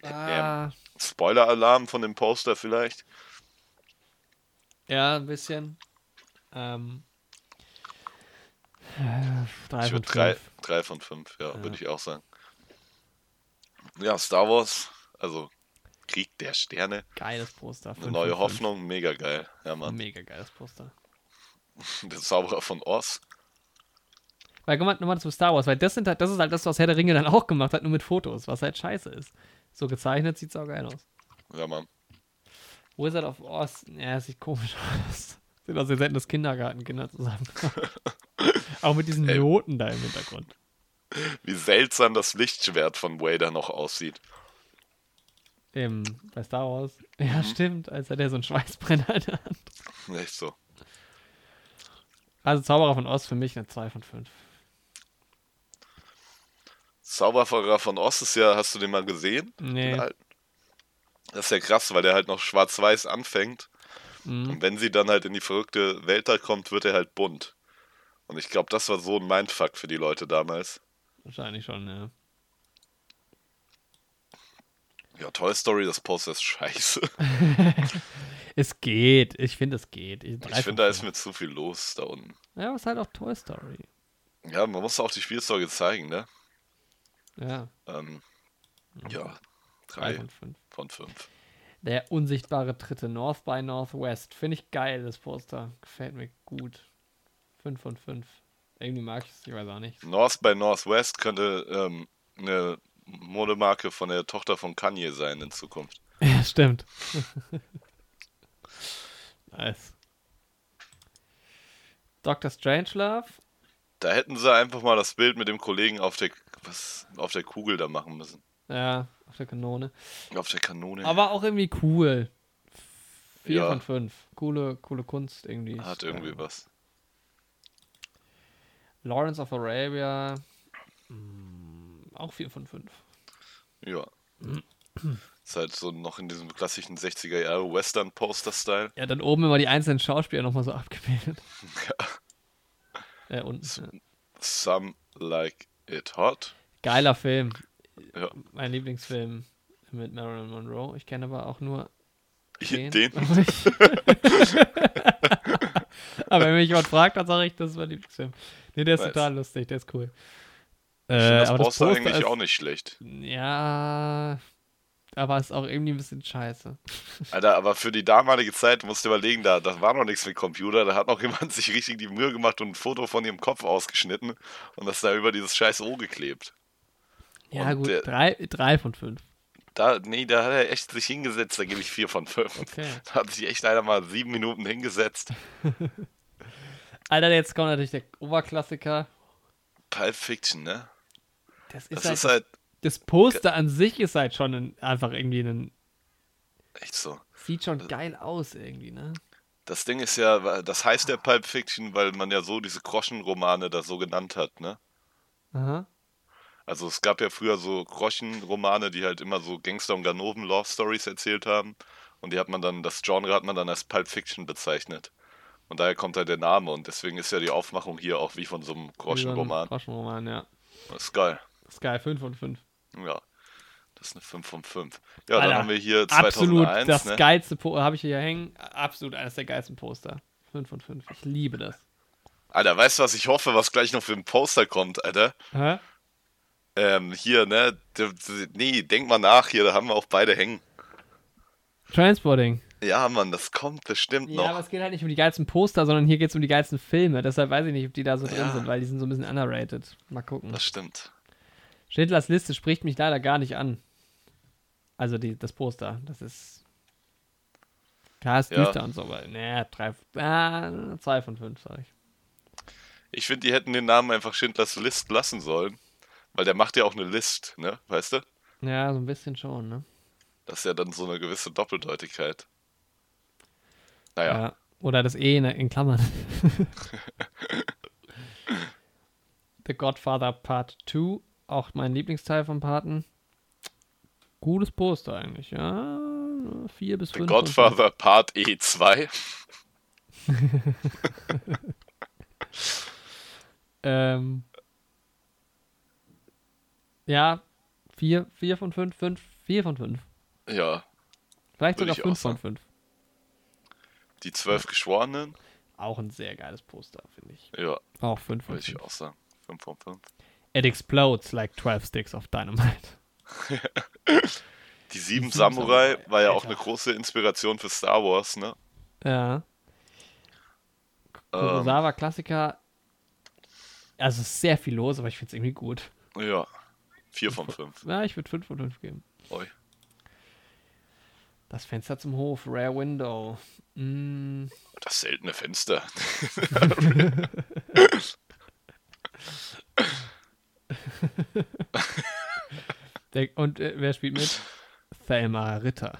[SPEAKER 1] Ah,
[SPEAKER 2] Spoiler-Alarm von dem Poster vielleicht.
[SPEAKER 1] ja, ein bisschen. Ähm. Äh, drei
[SPEAKER 2] Ich
[SPEAKER 1] von
[SPEAKER 2] würde drei,
[SPEAKER 1] fünf.
[SPEAKER 2] drei von fünf, ja, würde ich auch sagen. Ja, Star Wars, also Krieg der Sterne,
[SPEAKER 1] Geiles Poster.
[SPEAKER 2] eine
[SPEAKER 1] Fünf von
[SPEAKER 2] neue
[SPEAKER 1] fünf.
[SPEAKER 2] Hoffnung, mega geil. Ja, Mann.
[SPEAKER 1] Mega geiles Poster.
[SPEAKER 2] Der Zauberer von Oz,
[SPEAKER 1] Weil guck mal nochmal zu Star Wars, weil das, sind halt, das ist halt das, was Herr der Ringe dann auch gemacht hat, nur mit Fotos, was halt scheiße ist. So gezeichnet sieht es auch geil aus.
[SPEAKER 2] Ja, Mann.
[SPEAKER 1] Wizard of Oz, ja, das sieht komisch aus. Sind also selten das Kindergartenkinder zusammen. auch mit diesen
[SPEAKER 2] Ey.
[SPEAKER 1] Noten da im Hintergrund.
[SPEAKER 2] Wie seltsam das Lichtschwert von Wader noch aussieht.
[SPEAKER 1] Im, bei Star Wars. Ja,
[SPEAKER 2] Mhm.
[SPEAKER 1] stimmt, als hätte er so einen Schweißbrenner in der Hand.
[SPEAKER 2] Echt so.
[SPEAKER 1] Also Zauberer von Oz für mich eine 2 von 5.
[SPEAKER 2] Zauberer von Ost ist ja, hast du den mal gesehen?
[SPEAKER 1] Nee.
[SPEAKER 2] Den alten? Das ist ja krass, weil der halt noch schwarz-weiß anfängt.
[SPEAKER 1] Mhm.
[SPEAKER 2] Und wenn sie dann halt in die verrückte Welt da kommt, wird er halt bunt. Und ich glaube, das war so ein Mindfuck für die Leute damals.
[SPEAKER 1] Wahrscheinlich schon, ja.
[SPEAKER 2] Ja, Toy Story, das Poster ist scheiße.
[SPEAKER 1] Es geht. Ich finde, es geht. Ich,
[SPEAKER 2] Ich finde, da ist mir zu viel los da unten.
[SPEAKER 1] Ja, aber es ist halt auch Toy Story.
[SPEAKER 2] Ja, man muss auch die Spielzeuge zeigen, ne?
[SPEAKER 1] Ja.
[SPEAKER 2] Ähm, ja,
[SPEAKER 1] 3
[SPEAKER 2] drei
[SPEAKER 1] von 5.
[SPEAKER 2] von fünf.
[SPEAKER 1] Der unsichtbare dritte North by Northwest. Finde ich geil, das Poster. Gefällt mir gut. 5 von 5. Irgendwie mag ich es, ich weiß auch nicht.
[SPEAKER 2] North by Northwest könnte ähm, eine Modemarke von der Tochter von Kanye sein in Zukunft.
[SPEAKER 1] Ja, stimmt. nice. Dr. Strangelove.
[SPEAKER 2] Da hätten sie einfach mal das Bild mit dem Kollegen auf der, was, auf der Kugel da machen müssen.
[SPEAKER 1] Ja, auf der Kanone.
[SPEAKER 2] Auf der Kanone.
[SPEAKER 1] Aber auch irgendwie cool. 4
[SPEAKER 2] Ja.
[SPEAKER 1] von 5. Coole, coole Kunst irgendwie. Ist,
[SPEAKER 2] Hat irgendwie
[SPEAKER 1] äh,
[SPEAKER 2] was.
[SPEAKER 1] Lawrence of Arabia.
[SPEAKER 2] Hm,
[SPEAKER 1] mm, Auch 4 von 5.
[SPEAKER 2] Ja.
[SPEAKER 1] Mhm.
[SPEAKER 2] Ist halt so noch in diesem klassischen 60er Jahre Western-Poster-Style.
[SPEAKER 1] Ja, dann oben immer die einzelnen Schauspieler nochmal so abgebildet. Ja. Äh, unten. Ja.
[SPEAKER 2] Some like it hot.
[SPEAKER 1] Geiler Film.
[SPEAKER 2] Ja.
[SPEAKER 1] Mein Lieblingsfilm mit Marilyn Monroe. Ich kenne aber auch nur den. Äh,
[SPEAKER 2] Den.
[SPEAKER 1] Aber ich- aber wenn mich jemand fragt, dann sage ich, das ist mein Lieblingsfilm. Nee, der ist
[SPEAKER 2] Weiß.
[SPEAKER 1] total lustig, der ist cool.
[SPEAKER 2] Ich
[SPEAKER 1] Äh,
[SPEAKER 2] finde das
[SPEAKER 1] aber
[SPEAKER 2] Poster eigentlich
[SPEAKER 1] ist,
[SPEAKER 2] auch nicht schlecht.
[SPEAKER 1] Ja, aber ist auch irgendwie ein bisschen scheiße.
[SPEAKER 2] Alter, aber für die damalige Zeit musst du überlegen, da, da war noch nichts mit Computer, da hat noch jemand sich richtig die Mühe gemacht und ein Foto von ihrem Kopf ausgeschnitten und das da über dieses scheiß O geklebt.
[SPEAKER 1] Ja,
[SPEAKER 2] Und
[SPEAKER 1] gut,
[SPEAKER 2] der-
[SPEAKER 1] drei, drei von fünf.
[SPEAKER 2] Da, nee, da hat er echt sich hingesetzt, da gebe ich vier von fünf.
[SPEAKER 1] Okay.
[SPEAKER 2] Da hat sich echt einer mal sieben Minuten hingesetzt.
[SPEAKER 1] Alter, jetzt kommt natürlich der Oberklassiker.
[SPEAKER 2] Pulp Fiction, ne?
[SPEAKER 1] Das ist,
[SPEAKER 2] Das
[SPEAKER 1] halt,
[SPEAKER 2] ist halt
[SPEAKER 1] Das Poster an sich ist halt schon ein, einfach irgendwie ein.
[SPEAKER 2] echt so.
[SPEAKER 1] Sieht schon geil aus irgendwie, ne?
[SPEAKER 2] Das Ding ist ja, das heißt ja Pulp Fiction, weil man ja so diese Groschenromane da so genannt hat, ne?
[SPEAKER 1] Aha.
[SPEAKER 2] Also es gab ja früher so Groschenromane, die halt immer so Gangster- und Ganoven-Love-Stories erzählt haben. Und die hat man dann, das Genre hat man dann als Pulp Fiction bezeichnet. Und daher kommt halt der Name und deswegen ist ja die Aufmachung hier auch wie von so einem
[SPEAKER 1] Groschenroman.
[SPEAKER 2] Groschenroman.
[SPEAKER 1] Groschenroman, ja.
[SPEAKER 2] Das ist geil.
[SPEAKER 1] Sky 5 von 5.
[SPEAKER 2] Ja. Das ist eine 5 von 5. Ja,
[SPEAKER 1] Alter,
[SPEAKER 2] dann haben wir hier
[SPEAKER 1] Absolut
[SPEAKER 2] 2001,
[SPEAKER 1] das
[SPEAKER 2] ne?
[SPEAKER 1] geilste Poster. Habe ich hier hängen. Absolut eines der geilsten Poster. 5 von 5. Ich liebe das.
[SPEAKER 2] Alter, weißt du, was ich hoffe, was gleich noch für ein Poster kommt, Alter?
[SPEAKER 1] Hä?
[SPEAKER 2] Ähm, hier, ne? D- d- Nee, denk mal nach hier, da haben wir auch beide hängen.
[SPEAKER 1] Transporting.
[SPEAKER 2] Ja, Mann, das kommt bestimmt
[SPEAKER 1] Ja, aber
[SPEAKER 2] noch.
[SPEAKER 1] es geht halt nicht um die geilsten Poster, sondern hier geht es um die geilsten Filme. Deshalb weiß ich nicht, ob die da so drin
[SPEAKER 2] Ja.
[SPEAKER 1] sind, weil die sind so ein bisschen underrated. Mal gucken.
[SPEAKER 2] Das stimmt.
[SPEAKER 1] Schindlers Liste spricht mich leider gar nicht an. Also die, das Poster, das ist. Klar, ist
[SPEAKER 2] Ja.
[SPEAKER 1] düster und so, aber. Ne, drei. Ah, zwei von fünf, sag ich.
[SPEAKER 2] Ich finde, die hätten den Namen einfach Schindlers List lassen sollen, weil der macht ja auch eine List, ne? Weißt du?
[SPEAKER 1] Ja, so ein bisschen schon, ne?
[SPEAKER 2] Das ist ja dann so eine gewisse Doppeldeutigkeit. Naja,
[SPEAKER 1] Ja. Oder das E in, in Klammern. The Godfather Part 2, auch mein Lieblingsteil von Paten. Gutes Poster eigentlich, ja. Vier bis
[SPEAKER 2] The
[SPEAKER 1] fünf. von fünf.
[SPEAKER 2] Godfather Part E E2.
[SPEAKER 1] Ähm, ja, 4 vier von 5, 5, 4 von 5.
[SPEAKER 2] Ja,
[SPEAKER 1] Vielleicht
[SPEAKER 2] Würde
[SPEAKER 1] sogar
[SPEAKER 2] ich
[SPEAKER 1] 5 von
[SPEAKER 2] auch sagen.
[SPEAKER 1] 5.
[SPEAKER 2] die zwölf Geschworenen.
[SPEAKER 1] Auch ein sehr geiles Poster, finde ich.
[SPEAKER 2] Ja,
[SPEAKER 1] Auch 5 von
[SPEAKER 2] würde ich
[SPEAKER 1] 5.
[SPEAKER 2] auch sagen. 5 von 5.
[SPEAKER 1] It explodes like 12 sticks of dynamite.
[SPEAKER 2] Die
[SPEAKER 1] Sieben
[SPEAKER 2] sieben Samurai
[SPEAKER 1] Samurai,
[SPEAKER 2] war ja auch
[SPEAKER 1] Alter.
[SPEAKER 2] eine große Inspiration für Star Wars, ne?
[SPEAKER 1] Ja.
[SPEAKER 2] Ähm,
[SPEAKER 1] Kurosawa Klassiker Also es ist sehr viel los, aber ich finde es irgendwie gut.
[SPEAKER 2] Ja. Vier von fünf.
[SPEAKER 1] Na, ich würde 5 von 5 geben.
[SPEAKER 2] Oi.
[SPEAKER 1] Das Fenster zum Hof, Rare Window. Mm,
[SPEAKER 2] Das seltene Fenster.
[SPEAKER 1] der, und äh, wer spielt mit? Thelma Ritter.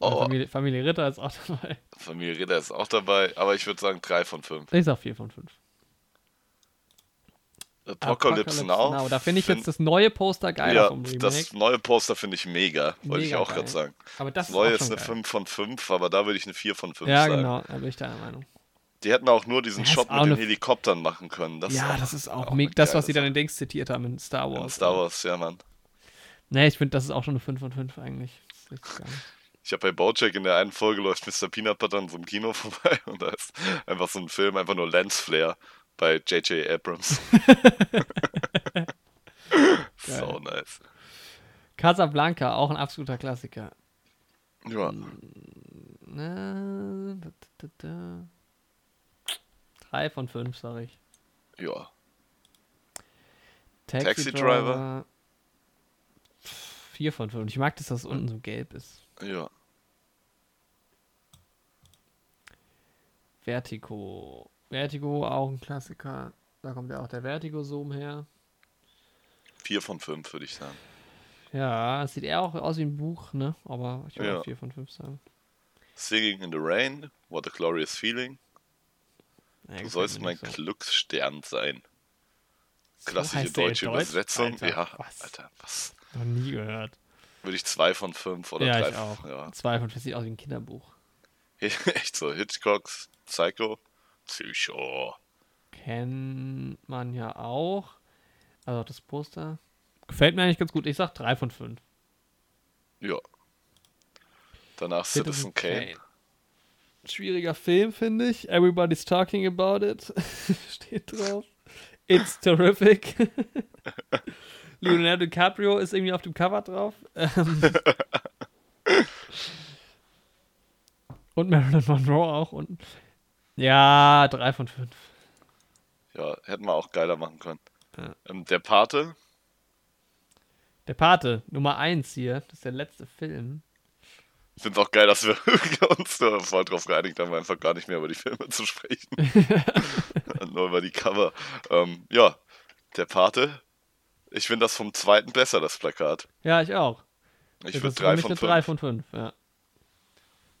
[SPEAKER 2] Oh.
[SPEAKER 1] Oder Familie, Familie Ritter ist auch dabei.
[SPEAKER 2] Familie Ritter ist auch dabei, aber ich würde sagen drei von fünf.
[SPEAKER 1] Ich sag 4 von 5.
[SPEAKER 2] Apocalypse, Now.
[SPEAKER 1] Da finde ich jetzt das neue Poster geiler
[SPEAKER 2] ja,
[SPEAKER 1] vom Remake.
[SPEAKER 2] das neue Poster finde ich mega, wollte ich
[SPEAKER 1] Mega
[SPEAKER 2] auch
[SPEAKER 1] geil.
[SPEAKER 2] gerade sagen.
[SPEAKER 1] aber das
[SPEAKER 2] Das neue
[SPEAKER 1] ist auch
[SPEAKER 2] ist
[SPEAKER 1] schon
[SPEAKER 2] eine
[SPEAKER 1] geil.
[SPEAKER 2] 5 von 5, aber da würde ich eine 4 von 5
[SPEAKER 1] Ja,
[SPEAKER 2] sagen.
[SPEAKER 1] genau, da bin ich deiner Meinung.
[SPEAKER 2] Die hätten auch nur diesen
[SPEAKER 1] Ja, ist
[SPEAKER 2] Shot
[SPEAKER 1] auch
[SPEAKER 2] mit den
[SPEAKER 1] eine-
[SPEAKER 2] Helikoptern machen können. Das
[SPEAKER 1] ja,
[SPEAKER 2] auch
[SPEAKER 1] das ist auch,
[SPEAKER 2] auch
[SPEAKER 1] mega.
[SPEAKER 2] eine
[SPEAKER 1] Das,
[SPEAKER 2] geile
[SPEAKER 1] was sie dann in Dings zitiert haben in Star Wars.
[SPEAKER 2] in Star Wars, ja, Mann.
[SPEAKER 1] Nee, ich finde, das ist auch schon eine 5 von 5 eigentlich. Das ist richtig geil.
[SPEAKER 2] Ich habe bei Bojack in der einen Folge läuft Mr. Peanut Butter in so einem Kino vorbei und da ist einfach so ein Film, einfach nur Lens Flair bei J.J. Abrams. so nice.
[SPEAKER 1] Casablanca, auch ein absoluter Klassiker.
[SPEAKER 2] Ja,
[SPEAKER 1] Mhm. Na, Ne, da, da, da, da. Drei von fünf, sag ich.
[SPEAKER 2] ja.
[SPEAKER 1] Taxi,
[SPEAKER 2] Taxi Driver.
[SPEAKER 1] Driver. Vier von fünf. Ich mag, dass das unten so gelb ist.
[SPEAKER 2] Ja.
[SPEAKER 1] Vertigo. Vertigo, auch ein Klassiker. Da kommt ja auch der Vertigo-Zoom her.
[SPEAKER 2] Vier von fünf, würde ich sagen.
[SPEAKER 1] Ja, es sieht eher auch aus wie ein Buch, ne? Aber ich würde
[SPEAKER 2] Ja.
[SPEAKER 1] auch vier von fünf sagen.
[SPEAKER 2] Singing in the Rain, What a Glorious Feeling.
[SPEAKER 1] Naja,
[SPEAKER 2] Du
[SPEAKER 1] gefällt
[SPEAKER 2] sollst
[SPEAKER 1] mir
[SPEAKER 2] mein
[SPEAKER 1] nicht so.
[SPEAKER 2] Glücksstern sein.
[SPEAKER 1] So
[SPEAKER 2] Klassische
[SPEAKER 1] heißt der in
[SPEAKER 2] deutsche
[SPEAKER 1] Deutsch?
[SPEAKER 2] Übersetzung.
[SPEAKER 1] Alter,
[SPEAKER 2] ja,
[SPEAKER 1] was?
[SPEAKER 2] Alter, was?
[SPEAKER 1] Noch nie gehört.
[SPEAKER 2] Würde ich zwei von fünf oder
[SPEAKER 1] ja,
[SPEAKER 2] drei
[SPEAKER 1] ich auch.
[SPEAKER 2] Ja.
[SPEAKER 1] Zwei von fünf sieht aus wie ein Kinderbuch.
[SPEAKER 2] Echt so, Hitchcocks, Psycho, Psycho.
[SPEAKER 1] Kennt man ja auch. Also auch das Poster. Gefällt mir eigentlich ganz gut. Ich sag drei von fünf.
[SPEAKER 2] Ja. Danach Citizen Kane.
[SPEAKER 1] Schwieriger Film, finde ich. Everybody's talking about it. Steht drauf. It's terrific. Leonardo DiCaprio ist irgendwie auf dem Cover drauf. Ähm. Und Marilyn Monroe auch unten. Ja, drei von fünf.
[SPEAKER 2] Ja, hätten wir auch geiler machen können.
[SPEAKER 1] Ja.
[SPEAKER 2] Ähm, der Pate,
[SPEAKER 1] Der Pate, Nummer 1 hier, das ist der letzte Film.
[SPEAKER 2] ich finde es auch geil, dass wir uns da voll drauf geeinigt haben, einfach gar nicht mehr über die Filme zu sprechen. Nur über die Cover. Ähm, ja, der Pate, ich finde das vom zweiten besser, das Plakat.
[SPEAKER 1] Ja, ich auch.
[SPEAKER 2] Ich
[SPEAKER 1] Ja,
[SPEAKER 2] würde
[SPEAKER 1] das ist
[SPEAKER 2] drei
[SPEAKER 1] für mich
[SPEAKER 2] von
[SPEAKER 1] eine
[SPEAKER 2] fünf.
[SPEAKER 1] 3 von 5. Ja.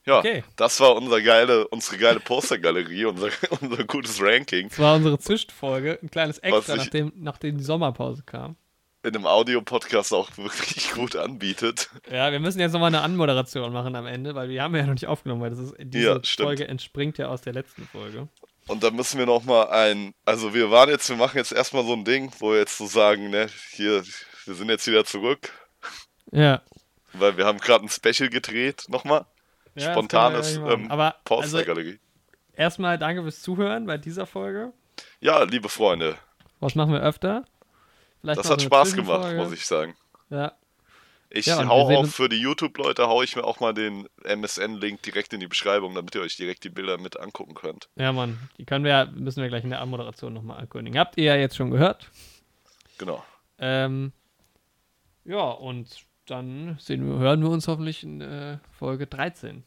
[SPEAKER 2] Ja,
[SPEAKER 1] Okay.
[SPEAKER 2] das war unser geile, unsere geile Postergalerie, unser, unser gutes Ranking.
[SPEAKER 1] Das war unsere Zwischenfolge, ein kleines Extra,
[SPEAKER 2] ich-
[SPEAKER 1] nachdem, nachdem die Sommerpause kam.
[SPEAKER 2] In einem Audio-Podcast auch wirklich gut anbietet.
[SPEAKER 1] Ja, wir müssen jetzt nochmal eine Anmoderation machen am Ende, weil wir haben ja noch nicht aufgenommen, weil das ist, diese
[SPEAKER 2] Ja, stimmt.
[SPEAKER 1] Folge entspringt ja aus der letzten Folge.
[SPEAKER 2] Und dann müssen wir nochmal ein. Also, wir waren jetzt, wir machen jetzt erstmal so ein Ding, wo wir jetzt so sagen, ne, hier, wir sind jetzt wieder zurück,
[SPEAKER 1] Ja.
[SPEAKER 2] weil wir haben gerade ein Special gedreht, nochmal.
[SPEAKER 1] Ja, das
[SPEAKER 2] Spontanes
[SPEAKER 1] können wir ja gleich
[SPEAKER 2] ähm,
[SPEAKER 1] machen. Aber also,
[SPEAKER 2] Postergalerie.
[SPEAKER 1] erstmal danke fürs Zuhören bei dieser Folge.
[SPEAKER 2] ja, liebe Freunde,
[SPEAKER 1] Was machen wir öfter? Vielleicht
[SPEAKER 2] das
[SPEAKER 1] noch
[SPEAKER 2] hat
[SPEAKER 1] so eine
[SPEAKER 2] Spaß gemacht,
[SPEAKER 1] Zwischenfolge.
[SPEAKER 2] muss ich sagen.
[SPEAKER 1] Ja,
[SPEAKER 2] Ich
[SPEAKER 1] Ja, und wir
[SPEAKER 2] hau
[SPEAKER 1] sehen
[SPEAKER 2] auch
[SPEAKER 1] uns-
[SPEAKER 2] für die YouTube-Leute, hau ich mir auch mal den MSN-Link direkt in die Beschreibung, damit ihr euch direkt die Bilder mit angucken könnt.
[SPEAKER 1] Ja, Mann, die können wir, ja- müssen wir gleich in der Anmoderation nochmal ankündigen. Habt ihr ja jetzt schon gehört.
[SPEAKER 2] Genau.
[SPEAKER 1] Ähm, ja, und dann sehen wir, hören wir uns hoffentlich in äh, Folge 13.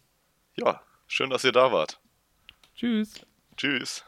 [SPEAKER 2] Ja, schön, dass ihr da wart.
[SPEAKER 1] Tschüss.
[SPEAKER 2] Tschüss.